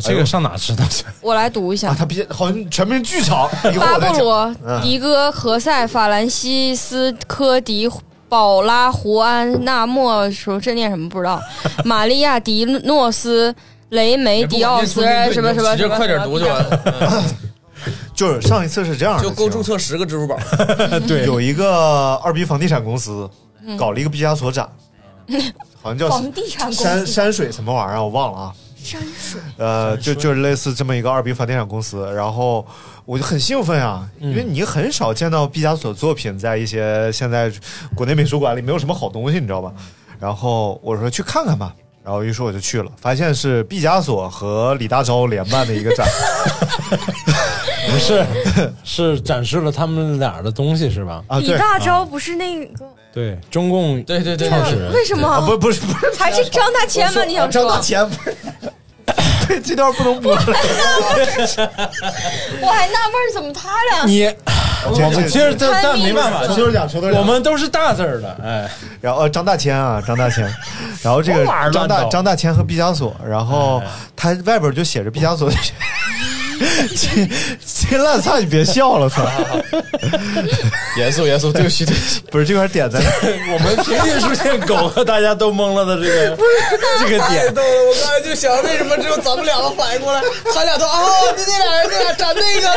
Speaker 3: 这个上哪知道去？
Speaker 4: 我来读一下
Speaker 5: 啊，。他别好像全名剧场，一会儿
Speaker 4: 巴
Speaker 5: 我再
Speaker 4: 布
Speaker 5: 讲。嗯
Speaker 4: 罗、迪戈、何塞、法兰西斯科迪、宝拉、胡安、纳莫，说这念什么不
Speaker 5: *laughs*
Speaker 4: 知道？玛利亚·迪诺斯、雷梅、迪奥斯，啊什么什么
Speaker 6: 你就
Speaker 4: 什么，
Speaker 6: 快点读就完了，
Speaker 5: 就是上一次是这样的，
Speaker 6: 就够注册十个支付 *laughs* 宝。
Speaker 5: 对，有一个二逼房地产公司搞了一个毕加索展，好像叫
Speaker 4: 房地产公
Speaker 5: 山
Speaker 4: 司。
Speaker 5: 山水什么玩意儿啊，我忘了啊。
Speaker 4: 山水，
Speaker 5: 呃，就就是类似这么一个二逼房地产公司，然后我就很兴奋啊，因为你很少见到毕加索作品在一些现在国内美术馆里没有什么好东西，你知道吧？然后我说去看看吧，然后于是我就去了，发现是毕加索和李大钊联办的
Speaker 4: *laughs*
Speaker 5: 一个展，
Speaker 3: 不是，是展示了他们俩的东西是吧？
Speaker 5: 啊，
Speaker 4: 李
Speaker 5: 对，
Speaker 4: 大钊不是那个，
Speaker 3: 对，中共
Speaker 6: 对对对
Speaker 3: 创始人
Speaker 4: 为什么？
Speaker 5: 啊，不不是不
Speaker 4: *laughs*
Speaker 5: 是，
Speaker 4: 还是张大千吗？你想
Speaker 5: 张
Speaker 4: 说
Speaker 5: 大？千不是。 *laughs* 这这段不能播了，
Speaker 4: 我还纳闷儿，怎么他俩？
Speaker 3: 你，
Speaker 5: 这
Speaker 3: 我们其实但但没办法，
Speaker 5: 从头讲，从头讲。
Speaker 3: 我们都是大字儿的，哎，
Speaker 5: 然后呃张大千啊，张
Speaker 4: *laughs*
Speaker 5: 大千，然后这个
Speaker 3: 什么玩意儿
Speaker 5: 张
Speaker 3: 乱
Speaker 5: 大
Speaker 3: 搞
Speaker 5: 张大千和毕加索，然后
Speaker 4: 哎
Speaker 5: 他外边就 *laughs* 写着毕加索。亲亲烂菜，你别笑了，操！
Speaker 4: *laughs*
Speaker 6: 严肃严肃，对不起对不起，
Speaker 5: 不是这块点在哪儿？
Speaker 3: 我们频频出现狗和大家都懵了的这个这个
Speaker 6: 太
Speaker 3: 点，
Speaker 6: 逗了！我刚才就想，为什么只有咱们两个反应过来，他俩都啊，那那俩人那俩站那个，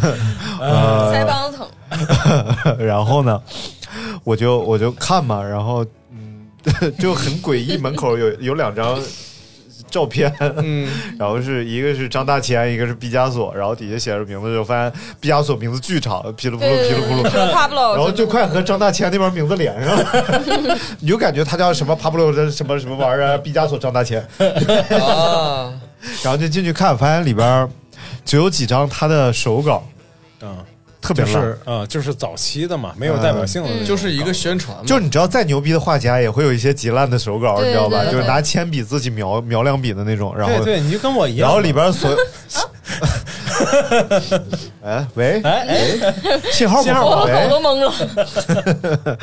Speaker 4: 腮帮子疼，
Speaker 5: 然后呢，我就我就看嘛，然后 *laughs* 嗯，就很诡异，门口有有两张照片，
Speaker 4: 嗯
Speaker 5: 然后是一个是张大千，一个是毕加索，然后底下写着名字，就发现毕加索名字巨长，噼里扑噜
Speaker 4: 对
Speaker 5: 噼
Speaker 4: 对
Speaker 5: 里扑噜 *laughs*
Speaker 4: 对，，Pablo，
Speaker 5: 然后就快和张大千那边名字连上了，你就感觉他叫什么帕布罗的什么什么玩意儿啊，毕加索张大千，
Speaker 6: 啊，
Speaker 5: 然后就进去看，发现里边儿只有几张他的手稿，
Speaker 3: 嗯，
Speaker 5: 特别
Speaker 3: 就
Speaker 5: 烂。
Speaker 3: 是啊，就是早期的嘛，没有代表性的，
Speaker 6: 就是一个宣传嘛，
Speaker 5: 就是你知道，再牛逼的画家也会有一些极烂的手稿，
Speaker 4: 对
Speaker 5: 你知道吧？
Speaker 4: 对对
Speaker 5: 就是拿铅笔自己描描两笔的那种，然
Speaker 3: 对
Speaker 5: 后
Speaker 3: 对，你就跟我一样，
Speaker 5: 然后里边所有， *laughs* 哎喂，
Speaker 3: 哎哎，
Speaker 5: 信号不
Speaker 3: 信号
Speaker 4: 我
Speaker 5: 好，
Speaker 4: 和狗
Speaker 5: 喂
Speaker 4: 都，懵了。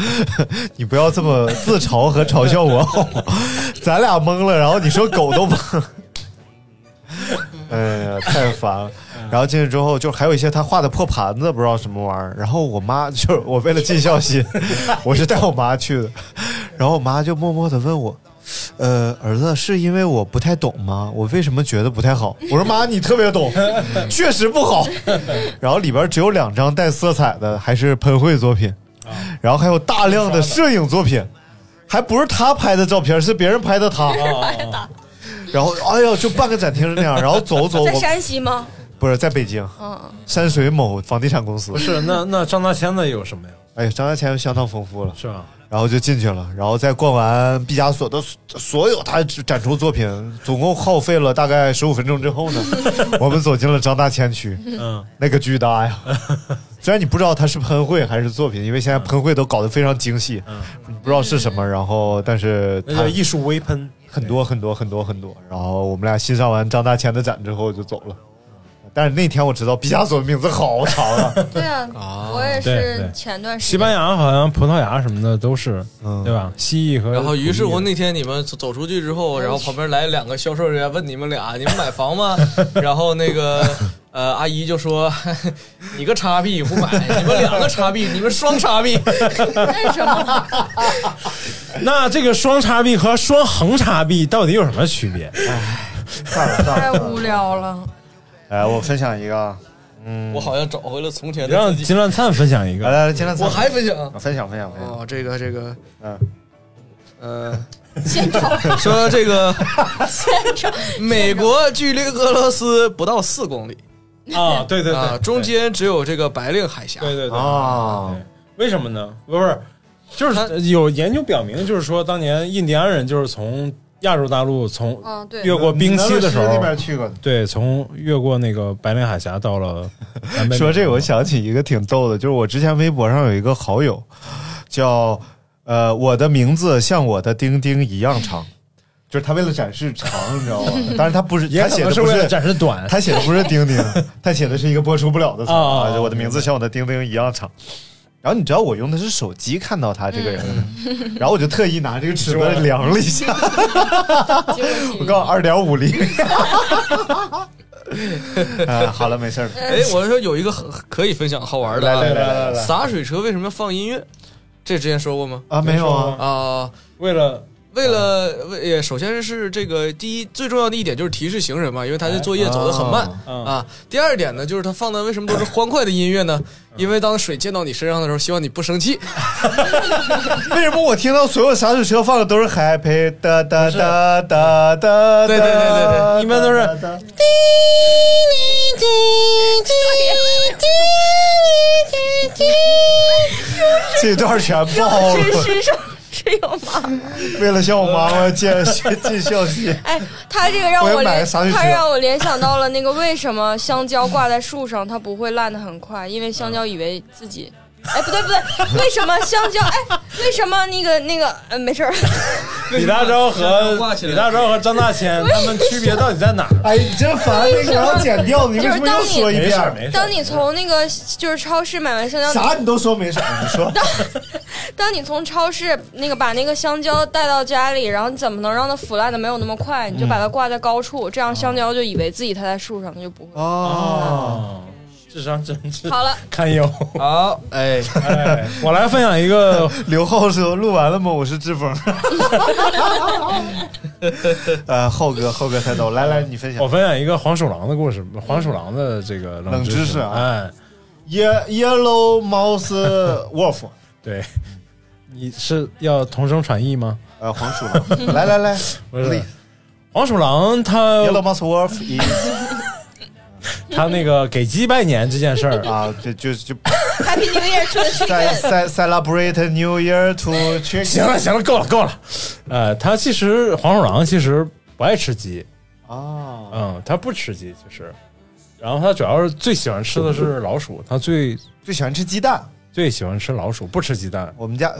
Speaker 5: *laughs* 你不要这么自嘲和嘲笑我，好吗？ *laughs* 咱俩懵了，然后你说狗都懵， *laughs* 哎呀，太烦了。然后进去之后，就还有一些他画的破盘子，不知道什么玩意儿。然后我妈就是我为了尽孝心， *laughs* 我是带我妈去的。然后我妈就默默的问我：“呃，儿子，是因为我不太懂吗？我为什么觉得不太好？”我说：“妈，你特别懂，确实不好。”然后里边只有两张带色彩的，还是喷绘作品，然后还有大量的摄影作品，还不是他拍的照片，是别人拍的他。然后，哎呦，就半个展厅是那样。然后走走，
Speaker 4: 在
Speaker 5: 我
Speaker 4: 山西吗？
Speaker 5: 不是在北京，
Speaker 4: 嗯，
Speaker 5: 山水某房地产公司
Speaker 3: 不。是那那张大千的有什么呀？
Speaker 5: 哎呀，张大千相当丰富了。
Speaker 3: 是吧？
Speaker 5: 然后就进去了，然后再逛完毕加索的所有他展出作品，总共耗费了大概十五分钟之后呢，我们走进了张大千区，
Speaker 3: 嗯，
Speaker 5: 那个巨大呀！虽然你不知道它是喷绘还是作品，因为现在喷绘都搞得非常精细，你不知道是什么，然后但是
Speaker 3: 那叫
Speaker 5: 它
Speaker 3: 艺术微喷，
Speaker 5: 很多很多很多很多。然后我们俩欣赏完张大千的展之后就走了。但是那天我知道毕加索的名字好长啊， *laughs*
Speaker 4: 对啊，我也
Speaker 3: 对
Speaker 4: 是
Speaker 3: 对
Speaker 4: 前段时
Speaker 3: 西班
Speaker 4: 间。
Speaker 3: 牙好像葡萄牙什么的都是，
Speaker 5: 嗯
Speaker 3: 对吧？蜥蜴和
Speaker 6: 然后，于是
Speaker 3: 土
Speaker 6: 乎
Speaker 3: 地
Speaker 6: 那天你们走走出去之后，然后旁边来两个销售人员问你们俩：“你们买
Speaker 3: *laughs*
Speaker 6: 房吗？”然后那个呃阿姨就说：“ *laughs* 你个叉 B 不买，你们两个叉 B，你们双叉
Speaker 3: *laughs*
Speaker 6: B。
Speaker 4: 为什么？
Speaker 3: 那这个双叉臂和双横叉臂到底有什么区
Speaker 6: *laughs*
Speaker 3: 别？
Speaker 5: 算了算
Speaker 4: 太
Speaker 5: 了。
Speaker 4: 无聊了。
Speaker 5: 哎，我分享一个啊，”
Speaker 6: 我好像找回了从前的
Speaker 3: 让
Speaker 6: 自己。
Speaker 3: 金乱灿分享一
Speaker 5: 来
Speaker 3: 个，
Speaker 5: 来来，金兰灿，
Speaker 6: 我还分享
Speaker 5: 分享分享分享，
Speaker 6: 哦，这个这个
Speaker 5: 嗯。
Speaker 6: 呃，
Speaker 4: 先找
Speaker 6: 说这个
Speaker 4: 先找，
Speaker 6: 美国距离俄罗斯不到四公里
Speaker 3: *laughs* 啊，对对
Speaker 6: 啊，
Speaker 3: 对，
Speaker 6: 中间只有这个白令海峡。
Speaker 3: 对对对，
Speaker 5: 啊，
Speaker 3: 为什么呢？不是，就是有研究表明，就是说当年印第安人就是从亚洲大陆
Speaker 6: 哦
Speaker 3: 从
Speaker 4: 嗯，对，
Speaker 3: 越过冰期的时
Speaker 5: 那
Speaker 3: 候，
Speaker 5: 边去过的。
Speaker 3: 对，从越过那个白令海峡到
Speaker 5: *laughs*
Speaker 3: 了南北
Speaker 5: 说这个，我想起一个挺逗的，就是我之前微博上有一个好友，叫呃，我的名字像我的丁丁一样长，就是他为了展示长，你知道吗？但是他不是，
Speaker 3: 也
Speaker 5: 他
Speaker 3: 可
Speaker 5: 写的
Speaker 3: 能
Speaker 5: 不
Speaker 3: 为了
Speaker 5: 是，
Speaker 3: 展示短，
Speaker 5: *laughs* 他写的不是丁丁，他写的是一个播出不了的词
Speaker 3: 哦
Speaker 5: 啊，
Speaker 3: 哦
Speaker 5: 就我的名字像我的丁丁一样长。然后你知道我用的是手机看到他这个人的， *laughs* 然后我就特意拿这个尺子
Speaker 3: 说
Speaker 5: 量了一下，
Speaker 4: 结果是
Speaker 5: 我告诉二点五 *laughs* 厘米。哎，好了，没事儿。
Speaker 6: 哎，我说有一个很可以分享好玩的啊，
Speaker 5: 来来来来来
Speaker 6: 洒水车为什么要放音乐？这之前说过吗？
Speaker 5: 啊，没有啊，
Speaker 6: 啊、
Speaker 3: 为了
Speaker 6: 为了为也首先是这个第一最重要的一点就是提示行人嘛，因为他的作业走得很慢
Speaker 3: 嗯
Speaker 6: 哎啊。第二点呢，就是他放的为什么都是欢快的音乐呢？因为当水溅到你身上的时候，希望你不生气。
Speaker 5: 为什么我听到所有洒水车放的都是 Happy 哒哒哒哒哒？
Speaker 6: 对对对对对
Speaker 5: 哒
Speaker 3: 一般都是
Speaker 5: 哒哒这段全爆
Speaker 4: 是
Speaker 5: 了。
Speaker 4: 是是是有吗？
Speaker 5: 为了向我妈妈借尽孝心，
Speaker 4: 哎，他这个让
Speaker 5: 我
Speaker 4: 我
Speaker 5: 也买
Speaker 4: 联
Speaker 5: 个洒水车
Speaker 4: 他让我联想到了那个为什么香蕉挂在树上它不会烂的很快，因为香蕉以为自己。哎，不对不
Speaker 5: *laughs*
Speaker 4: 对，为什么香蕉？哎，为什么那个那个？呃，没事儿，
Speaker 3: 李大钊
Speaker 6: 想
Speaker 3: 和
Speaker 6: 挂起来
Speaker 3: 李大钊和张大千他们区别到底在哪儿？
Speaker 5: *laughs* 哎，你真烦，
Speaker 3: *laughs*
Speaker 5: 那个我要剪掉，你为什么又说一
Speaker 3: 没
Speaker 5: 遍
Speaker 3: 事？儿没事儿
Speaker 4: 当，你从那个就是超市买完香蕉，
Speaker 5: 啥你都说没事儿，你说
Speaker 4: 当你从超市那个把那个香蕉带到家里，然后你怎么能让它腐烂的没有那么快？你就把它挂在高处，这样香蕉就以为自己它在树上，它就不会。
Speaker 5: 哦，
Speaker 3: 哦智商真是
Speaker 4: 好了，
Speaker 3: 堪忧。
Speaker 6: *laughs* 好，哎，
Speaker 3: 哎， *laughs* 我来分享一个
Speaker 5: 刘浩说录完了吗？我是
Speaker 3: *laughs*
Speaker 5: 志峰。呃，浩哥，浩哥太逗，来来，你分享
Speaker 3: 我。分享一个黄鼠狼的故事，黄鼠狼的这个
Speaker 5: 冷
Speaker 3: 知
Speaker 5: 知识啊
Speaker 3: 哎，
Speaker 5: Ye- Yellow Mouse Wolf，
Speaker 3: 对，你是要同声传译吗？
Speaker 5: 呃，黄鼠
Speaker 3: *laughs*
Speaker 5: 狼。来来来
Speaker 3: 不是
Speaker 5: ，Please，
Speaker 3: 黄鼠狼它
Speaker 5: Yellow Mouse Wolf is
Speaker 3: 它那个给鸡拜年这件事儿啊，
Speaker 5: 啊，就就
Speaker 3: *laughs*
Speaker 5: 就
Speaker 4: Happy New Year to the
Speaker 5: ce-
Speaker 4: children。
Speaker 5: ce- celebrate New Year to chicken。
Speaker 3: 行了行了，够了够了。呃，它其实黄鼠狼其实不爱吃鸡，
Speaker 5: 啊，
Speaker 3: 嗯，它不吃鸡其实，然后它主要是最喜欢吃的是老鼠，它最
Speaker 5: 最喜欢吃鸡蛋。
Speaker 3: 最喜欢吃老鼠，不吃鸡蛋。
Speaker 5: 我们家，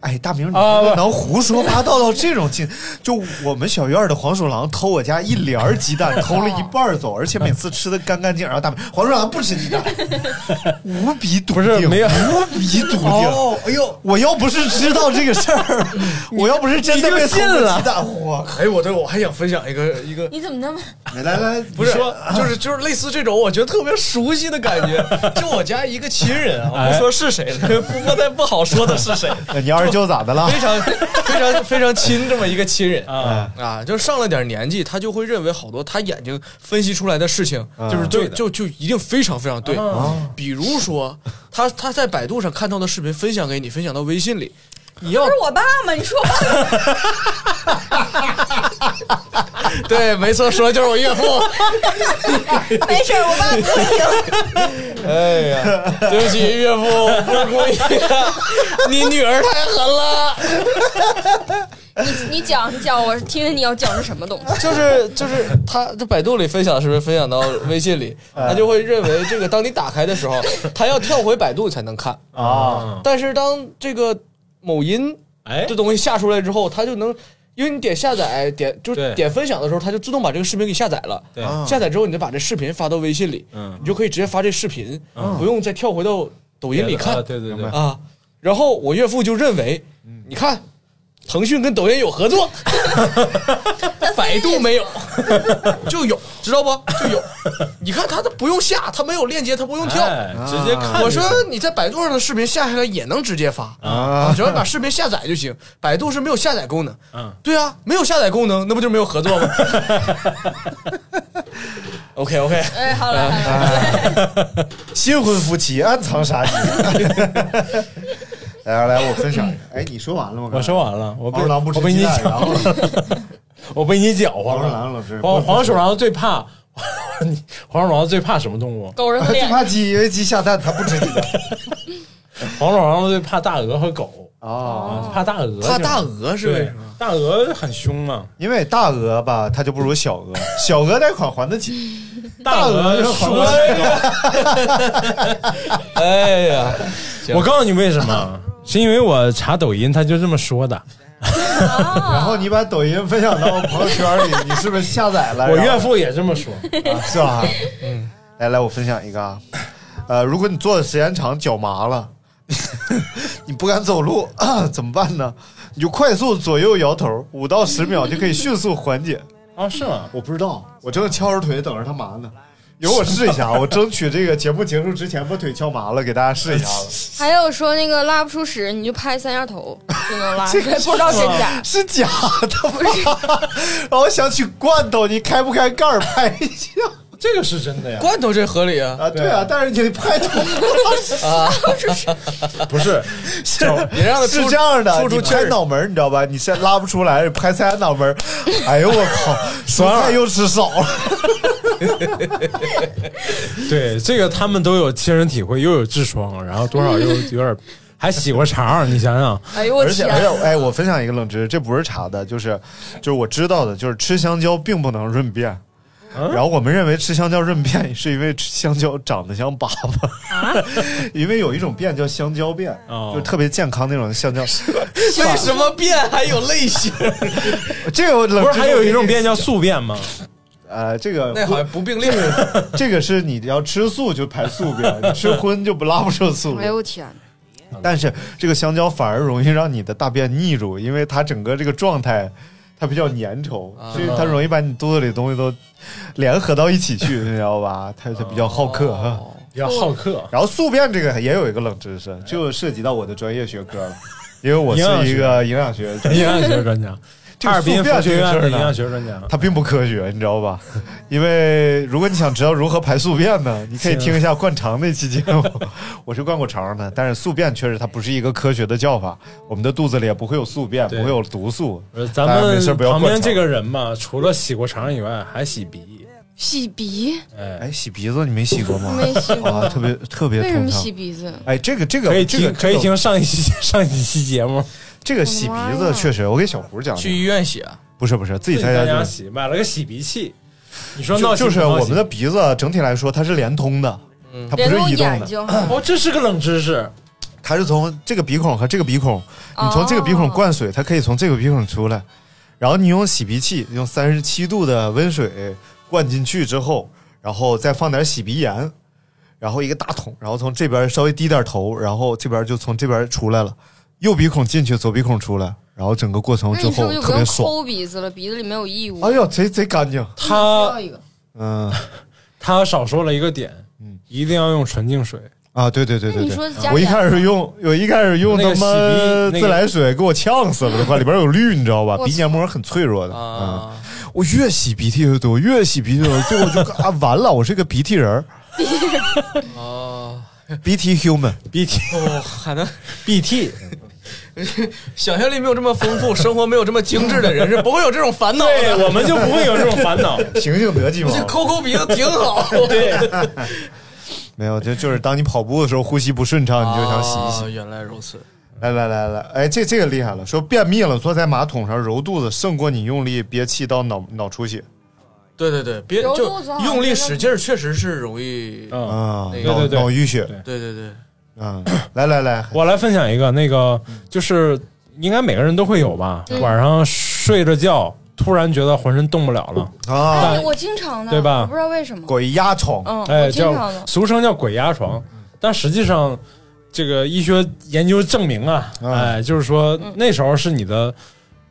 Speaker 5: 哎，大明，你
Speaker 3: 啊
Speaker 5: 真的
Speaker 3: 不
Speaker 5: 能胡说八道到这种境，就我们小院儿的黄鼠狼偷我家一帘儿鸡蛋，偷了一半儿走，而且每次吃的干干净。然后大明，黄鼠狼不吃鸡蛋，无比笃定，
Speaker 3: 不是没有
Speaker 5: 无比笃定。哦，哎呦，我要不是知道这个事儿，我要不是真的被偷过鸡蛋，我
Speaker 6: 哎，我对我还想分享一个一个
Speaker 4: 你怎么那么
Speaker 5: *laughs* 来来来，
Speaker 6: 不是， *laughs* 就是就是类似这种，我觉得特别熟悉的感觉。就我家一个亲人啊，我不说是谁了，不不太不好说的是谁，
Speaker 5: 呃你二舅咋的了？
Speaker 6: 非常非常非常亲这么一个亲人
Speaker 3: 啊，
Speaker 6: 啊，就是上了点年纪，他就会认为好多他眼睛分析出来的事情就是对，就就一定非常非常对。比如说，他他在百度上看到的视频分享给你，分享到微信里，你要
Speaker 4: 不是我爸吗？你说我爸
Speaker 6: 对，没错，说的就是我岳父。
Speaker 4: 没事儿，我爸不会赢。
Speaker 6: 哎呀，
Speaker 3: *laughs*
Speaker 6: 对不起，岳父，我不是故意的，你女儿太狠了。
Speaker 4: 你你讲你讲，我听听你要讲是什么东西。
Speaker 6: 就是就是他这百度里分享是不是分享到微信里，他就会认为这个当你打开的时 *laughs* 候，他要跳回百度才能看，
Speaker 5: 啊，
Speaker 6: 但是当这个某音
Speaker 3: 嗯哎
Speaker 6: 哦这，东西下出来之后，他就能。因为你点下载，点就是
Speaker 3: 对
Speaker 6: 点分享的时候，它就自动把这个视频给下载了。
Speaker 3: 对嗯
Speaker 6: 下载之后，你就把这视频发到微信里，你就可以直接发这视频，不用再跳回到抖音里看。
Speaker 3: 啊对对对，
Speaker 6: 啊。然后我岳父就认为，你看，腾讯跟抖音有合作， *laughs* 百度没有， *laughs* 就有，知道不？就有。你看他，他不用下，他没有链接，他不用跳。
Speaker 3: 哎直接看。
Speaker 6: 我说你在百度上的视频下下来也能直接发啊，只要你把视频下载就行。百度是没有下载功能，
Speaker 3: 嗯
Speaker 6: 对啊，没有下载功能，那不就没有合作 *laughs* 吗？OK OK，
Speaker 4: 哎，好了，
Speaker 5: 嗯
Speaker 4: 好了
Speaker 5: 新婚夫妻暗藏杀机。 *laughs* 来来来，我分享一个。哎，你说完了吗？
Speaker 3: 我说完了，我被
Speaker 5: 黄鼠狼不吃
Speaker 3: 我被
Speaker 5: 鸡
Speaker 3: 你
Speaker 5: 蛋，然
Speaker 3: 搅，
Speaker 5: 后
Speaker 3: 我被你搅和
Speaker 5: 黄鼠
Speaker 3: 了。
Speaker 5: 狼老师，
Speaker 3: 黄黄鼠狼最怕， *laughs* 你黄鼠狼最怕什么动物？
Speaker 4: 狗日的
Speaker 5: *laughs* 他最
Speaker 4: 脸。
Speaker 5: 怕鸡，因为鸡下蛋，它不吃鸡 *laughs* 蛋。
Speaker 3: 黄鼠狼最怕大鹅和狗，
Speaker 5: 哦，
Speaker 3: 啊，怕大鹅，
Speaker 6: 怕大鹅是为
Speaker 3: 对
Speaker 6: 什么？，
Speaker 3: 大鹅很凶啊嘛，
Speaker 5: 因为大鹅吧，它就不如小鹅， *laughs* 小鹅贷款还得起。
Speaker 3: 大鹅
Speaker 5: 大
Speaker 3: 说
Speaker 5: 鹅 *laughs*
Speaker 6: 哎呀，行
Speaker 3: 我告诉你为什
Speaker 5: *laughs*
Speaker 3: 么，是因为我查抖音，他就这么说的。
Speaker 4: 啊哦
Speaker 5: 然后你把抖音分享到朋友圈里，你是不是下载了？
Speaker 3: 我
Speaker 5: 然
Speaker 3: 岳
Speaker 5: 后
Speaker 3: 父也这么
Speaker 5: *laughs*
Speaker 3: 说，
Speaker 5: 是吧？嗯，来来，我分享一个啊，呃，如果你坐的时间长，脚麻了， *laughs* 你不敢走路、啊怎么办呢？你就快速左右摇头，五到十秒就可以迅速缓解。
Speaker 3: 啊，是吗？
Speaker 5: 我不知道，我正翘着腿等着它麻呢。一会儿我试一
Speaker 6: *laughs*
Speaker 5: 下，我争取这个节目结束之前把腿翘麻了，给大家试一下
Speaker 6: *laughs*
Speaker 5: 子。
Speaker 4: 还有说那个拉不出屎，你就拍三下头就能
Speaker 6: 啊
Speaker 4: 拉， *laughs* 这个不知啊道真假。
Speaker 5: 是假的吗？
Speaker 6: *laughs*
Speaker 5: 然后想起罐头，你开不开盖儿拍一下
Speaker 3: 这个是真的呀，
Speaker 6: 罐头这合理啊，啊
Speaker 5: 啊？对啊，但是你拍头 *laughs*
Speaker 3: 不是，是
Speaker 6: 你让他
Speaker 5: 是
Speaker 6: 出
Speaker 5: 这样的，
Speaker 6: 出
Speaker 5: 你
Speaker 6: 出气
Speaker 5: 拍
Speaker 6: 儿。
Speaker 5: 脑门儿，你知道吧？你现在拉不出来，拍三下脑门儿，哎呦我
Speaker 6: *laughs*
Speaker 5: 靠，蔬菜又吃少了。
Speaker 3: 对这个他们都有亲身体会，又有痔疮，然后多少又有点还洗过肠，你想
Speaker 5: *laughs*
Speaker 3: 想，
Speaker 4: 哎呦我
Speaker 5: 而且
Speaker 4: 天！
Speaker 5: 而且，哎，我分享一个冷知识，这不是查的，就是就是我知道的，就是吃香蕉并不能润便。
Speaker 3: 啊
Speaker 5: 然后我们认为吃香蕉润便， *laughs* 是因为吃香蕉长得像粑粑， *laughs* 因为有一种便叫香蕉便，
Speaker 3: 哦
Speaker 5: 就是特别健康那种香
Speaker 3: *laughs*
Speaker 5: 蕉。
Speaker 6: 为什么变还有类型？
Speaker 5: 这个我冷
Speaker 3: 不
Speaker 5: 知
Speaker 3: 是
Speaker 5: 识
Speaker 3: 还有一
Speaker 5: 我
Speaker 3: 种
Speaker 5: 给你
Speaker 3: 便叫宿便吗？
Speaker 5: 呃，这个
Speaker 6: *laughs* *laughs* 那好像不并列。
Speaker 5: 这个是你要吃素就排素便，
Speaker 3: *laughs*
Speaker 5: 你吃荤就不拉不出素
Speaker 4: 哎。呦我天！
Speaker 5: 但是这个香蕉反而容易让你的大便腻住，因为它整个这个状态它比较粘稠，
Speaker 3: 啊
Speaker 5: 所以它容易把你肚子里的东西都联合到一起去，你知道吧？它它比较好客。
Speaker 6: 哦
Speaker 3: 比较好客，
Speaker 5: 然后宿便这个也有一个冷知识，就涉及到我的专业学科了，因为我
Speaker 3: 营养
Speaker 5: 是
Speaker 3: 学
Speaker 5: 一个营养学专
Speaker 3: 营
Speaker 5: 业，
Speaker 3: 养学专家，
Speaker 5: *laughs* 这
Speaker 3: 哈
Speaker 5: 个
Speaker 3: 尔滨
Speaker 5: 宿便
Speaker 3: 佛学
Speaker 5: 这个
Speaker 3: 院
Speaker 5: 事
Speaker 3: 的
Speaker 5: 儿
Speaker 3: 营
Speaker 5: 呢
Speaker 3: 养学专家。
Speaker 5: 它并不科学，你知道吧？ *laughs* 因为如果你想知道如何排宿便呢，你可以听一下灌肠那期节目， *laughs* 我是灌过肠的。但是宿便确实它不是一个科学的叫法，我们的肚子里也不会有宿便，
Speaker 3: 对
Speaker 5: 不会有毒素。
Speaker 3: 呃咱
Speaker 5: 大哎家没
Speaker 3: 们
Speaker 5: 事不要
Speaker 3: 旁边
Speaker 5: 灌肠
Speaker 3: 这个人吧，除了洗过肠以外，还洗鼻。
Speaker 4: 洗鼻
Speaker 3: 哎，
Speaker 5: 哎，洗鼻子你没洗过吗？
Speaker 4: 没洗过
Speaker 5: 啊，特别特别
Speaker 4: 为什
Speaker 5: 通
Speaker 4: 么
Speaker 5: 畅
Speaker 4: 洗。鼻子？
Speaker 5: 哎，这个这个
Speaker 3: 可以
Speaker 5: 这个
Speaker 3: 听，可以听上一期 *laughs* 上一期节目，
Speaker 5: 这个洗鼻子确实，我给小胡讲的，
Speaker 6: 去医院写，啊
Speaker 5: 不是不是自己在
Speaker 3: 在
Speaker 5: 家
Speaker 3: 家
Speaker 5: 就
Speaker 3: 洗，买了个洗鼻器。你说闹
Speaker 5: 就
Speaker 3: 心
Speaker 5: 就是啊
Speaker 3: 不闹
Speaker 5: 我
Speaker 3: 心
Speaker 5: 们的鼻子整体来说它是连通的，
Speaker 3: 嗯
Speaker 5: 它不
Speaker 4: 连
Speaker 5: 是
Speaker 4: 动
Speaker 5: 移动
Speaker 4: 眼
Speaker 5: 的。嗯
Speaker 4: 睛，
Speaker 3: 哦，这是个冷知识，
Speaker 5: 它是从这个鼻孔和这个鼻孔，
Speaker 4: 哦
Speaker 5: 你从这个鼻孔灌水，它可以从这个鼻孔出来，然后你用洗鼻器，用三十七度的温水灌进去之后，然后再放点洗鼻盐，然后一个大桶，然后从这边稍微低点头，然后这边就从这边出来了，右鼻孔进去，左鼻孔出来，然后整个过程
Speaker 4: 哦那
Speaker 5: 之
Speaker 4: 你是不
Speaker 5: 后
Speaker 4: 是就不
Speaker 5: 特
Speaker 4: 用
Speaker 5: 别爽。
Speaker 4: 抠鼻子了？鼻子里没有异物。
Speaker 5: 哎呦，贼贼干净，
Speaker 3: 他
Speaker 4: 要一个，
Speaker 5: 嗯
Speaker 3: 他少说了一个点，
Speaker 5: 嗯
Speaker 3: 一定要用纯净水。
Speaker 5: 啊，对对对对
Speaker 4: 那你说
Speaker 5: 对，
Speaker 4: 加
Speaker 5: 我一
Speaker 4: 盐
Speaker 5: 开始用，我一开始用
Speaker 3: 那
Speaker 5: 他
Speaker 3: 个洗
Speaker 5: 妈
Speaker 3: 鼻那个
Speaker 5: 自来水给我呛死了，都快里边有氯，你知道吧？
Speaker 4: 我
Speaker 5: 鼻黏膜很脆弱的嗯
Speaker 6: 啊，
Speaker 5: 我越洗鼻涕越多，越洗鼻涕越多，最后就啊完了，我是个鼻涕
Speaker 4: *laughs*
Speaker 5: 人儿
Speaker 6: 哦，
Speaker 5: 鼻涕 human。
Speaker 3: B T
Speaker 6: 哦，还能
Speaker 3: B T，
Speaker 6: 想象力没有这么丰富，生活没有这么精致的人是不会有这种烦恼
Speaker 3: 对，
Speaker 6: 的。
Speaker 3: 哎我们就不会有这种烦
Speaker 5: *laughs*
Speaker 3: 恼。
Speaker 5: *laughs* 醒醒得计谋
Speaker 6: 这抠抠鼻子挺
Speaker 4: *laughs*
Speaker 6: 好，对，
Speaker 5: 没有，就就是当你跑步的时候呼吸不顺畅，你就想洗一洗。
Speaker 6: 啊
Speaker 3: 哦
Speaker 6: 原来如此，
Speaker 5: 来来来来，哎，这这个厉害了，说便秘了，坐在马桶上揉肚子，胜过你用力憋气到脑脑出血
Speaker 3: 哦
Speaker 6: 对对对，别
Speaker 4: 揉
Speaker 6: 就
Speaker 4: 肚子好像
Speaker 6: 用力
Speaker 4: 真的
Speaker 6: 使劲儿，确实是容易。
Speaker 3: 嗯，
Speaker 5: 啊，
Speaker 6: 对
Speaker 5: 脑
Speaker 3: 对对
Speaker 5: 脑淤血
Speaker 3: 对
Speaker 6: 对对
Speaker 4: 哦
Speaker 6: 对，
Speaker 5: 啊。来来来，
Speaker 3: 我来分享一个，那个就是应该每个人都会有吧，晚上睡着觉突然觉得浑身动不了了，
Speaker 5: 啊，
Speaker 4: 哎，我经常的，
Speaker 3: 对吧
Speaker 4: 我不知道为什么。
Speaker 5: 鬼压床，
Speaker 4: 嗯，
Speaker 6: 啊
Speaker 3: 哎，
Speaker 4: 我经常
Speaker 3: 叫
Speaker 4: 的。
Speaker 3: 俗称叫鬼压床，但实际上这个医学研究证明啊，
Speaker 5: 嗯
Speaker 3: 哎，就是说那时候是你的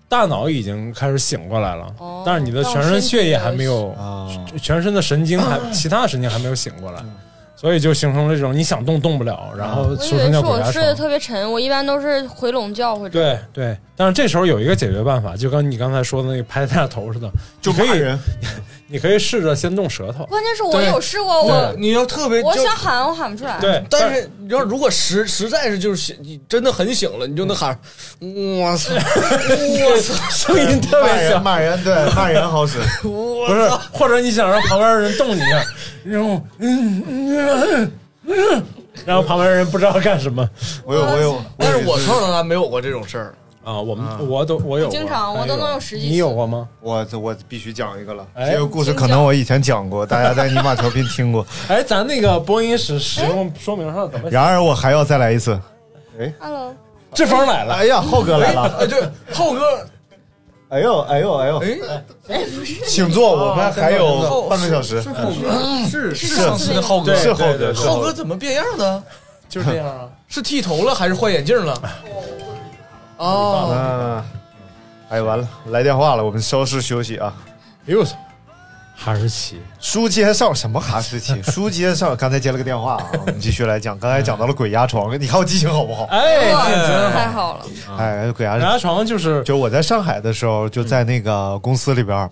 Speaker 3: 大脑已经开始醒过来了，
Speaker 4: 哦
Speaker 3: 但是你的全身血液还没有，
Speaker 5: 啊嗯
Speaker 3: 全身的神经
Speaker 4: *coughs*
Speaker 3: 还其他神经还没有醒过来。所以就形成了这种你想动动不了，然后
Speaker 4: 我以
Speaker 3: 俗称
Speaker 4: 为是
Speaker 3: 叫鬼
Speaker 4: 我
Speaker 3: 压
Speaker 4: 睡得
Speaker 3: 床。
Speaker 4: 特别沉，我一般都是回笼觉或者
Speaker 3: 对对，但是这时候有一个解决办法，就跟你刚才说的那个拍大头似的，
Speaker 5: 就
Speaker 3: 你可
Speaker 5: 骂
Speaker 3: 以
Speaker 5: 人，
Speaker 3: 你可以试着先动舌头，
Speaker 4: 关键是我
Speaker 6: 对
Speaker 4: 有试过，我
Speaker 6: 你要特别
Speaker 4: 我
Speaker 6: 就
Speaker 4: 想喊我喊不出来。
Speaker 3: 哎对，
Speaker 6: 但是你要如果实实在是就是醒你真的很醒了，你就能喊，我操，我操，
Speaker 3: 声音特
Speaker 5: 骂
Speaker 3: 别小
Speaker 5: 人，骂人， *laughs* 对，
Speaker 3: *laughs*
Speaker 5: 骂人好使。
Speaker 6: 我
Speaker 3: 不是，或者你想让旁边的人动你一下，然后嗯嗯嗯嗯，然后旁边人不知道干什么
Speaker 5: 我有我有，
Speaker 6: *laughs* 但是
Speaker 5: 有
Speaker 6: 我
Speaker 5: 一次
Speaker 6: 从小到大没有过这种事儿，
Speaker 3: 啊。我们我都我有过，
Speaker 4: 经常我都能有十几次
Speaker 3: 你有过吗？
Speaker 5: 我我必须讲一个了，
Speaker 3: 哎
Speaker 5: 这个故事可能我以前讲过，大家在尼玛调频
Speaker 3: *laughs*
Speaker 5: 听过。
Speaker 3: 哎，咱那个播音使使
Speaker 4: 哎
Speaker 3: 用说明上怎么写？
Speaker 5: 然而我还要再来一次。
Speaker 4: ，Hello，
Speaker 3: 志峰来了，
Speaker 5: 哎呀，浩哥来了！
Speaker 6: 哎，对，浩哥，
Speaker 5: 哎呦哎呦哎呦，
Speaker 6: 哎，
Speaker 5: 请坐，我们还有
Speaker 3: 哎
Speaker 5: 半个小时。
Speaker 6: 浩哥嗯是是
Speaker 5: 上
Speaker 6: 上
Speaker 5: 次
Speaker 6: 次
Speaker 4: 那
Speaker 6: 的浩哥，
Speaker 5: 是浩哥，是
Speaker 6: 浩哥怎么变样 *laughs* 的？
Speaker 3: 就是这样啊。
Speaker 6: *laughs* 是剃头了还是换眼镜了？ *laughs* 哦，
Speaker 5: 嗯啊！哎，完了，来电话了，我们稍事休息啊。
Speaker 3: 哎呦我操！哈士奇，
Speaker 5: 书接上什么哈士奇？书接上，刚才接了个电话啊，我们继续来讲。刚才讲到了鬼压床，你看我记性好不好？
Speaker 3: 哎，
Speaker 4: 哇
Speaker 3: 这个真
Speaker 4: 太
Speaker 3: 好。
Speaker 4: 好了，
Speaker 3: 啊
Speaker 5: 哎，鬼压
Speaker 3: 鬼
Speaker 5: 床，
Speaker 3: 压床就是
Speaker 5: 就是我在上海的时候，就在那个公司里边儿，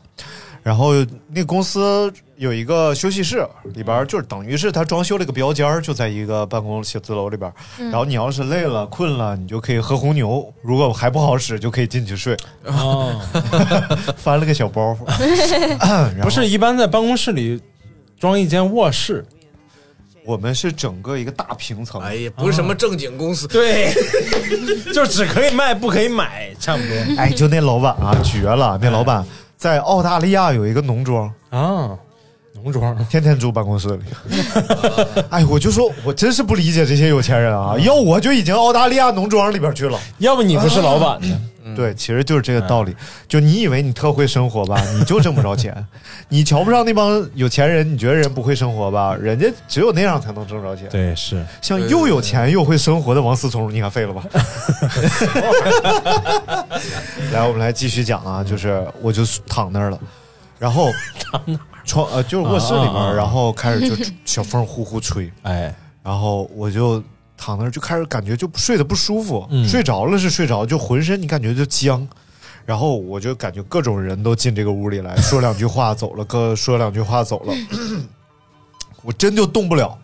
Speaker 5: 然后那公司有一个休息室，里边儿就是等于是他装修了一个标间儿，就在一个办公写字楼里边儿。然后你要是累了、困了，你就可以喝红牛；如果还不好使，就可以进去睡，
Speaker 3: *laughs* 啊，
Speaker 5: *laughs* 翻了个小包袱。然后
Speaker 3: 不是一般在办公室里装一间卧室，
Speaker 5: 我们是整个一个大平层，
Speaker 6: 哎呀，不是什么正经公司， *laughs*
Speaker 3: 对，就只可以卖不可以买，差不多
Speaker 5: 哎，就那老板啊，绝了！那老
Speaker 3: 哎
Speaker 5: 板在澳大利亚有一个农庄，
Speaker 3: *laughs* 啊。农庄
Speaker 5: 天天住办公室里。 *laughs* 哎，我就说，我真是不理解这些有钱人啊！要我就已经澳大利亚农庄里边去了。
Speaker 3: *laughs* 要不你不是老板呢？
Speaker 5: 对，其实就是这个道理。就你以为你特会生活吧，你就挣不着钱。你瞧不上那帮有钱人，你觉得人不会生活吧？人家只有那样才能挣着钱。
Speaker 3: 对，是
Speaker 5: 像又有钱又会生活的王思聪，你看废了
Speaker 3: *laughs*
Speaker 5: 吧？来，我们来继续讲啊，就是我就躺那儿了，然后床呃就是卧室里面，
Speaker 3: 啊啊啊
Speaker 5: 然后开始就小风呼呼吹，
Speaker 3: 哎，
Speaker 5: 然后我就躺那儿就开始感觉就睡得不舒服，
Speaker 3: 嗯
Speaker 5: 睡着了是睡着，就浑身你感觉就僵。然后我就感觉各种人都进这个屋里来说两句话走了，各说两句话走了，我真就动不了。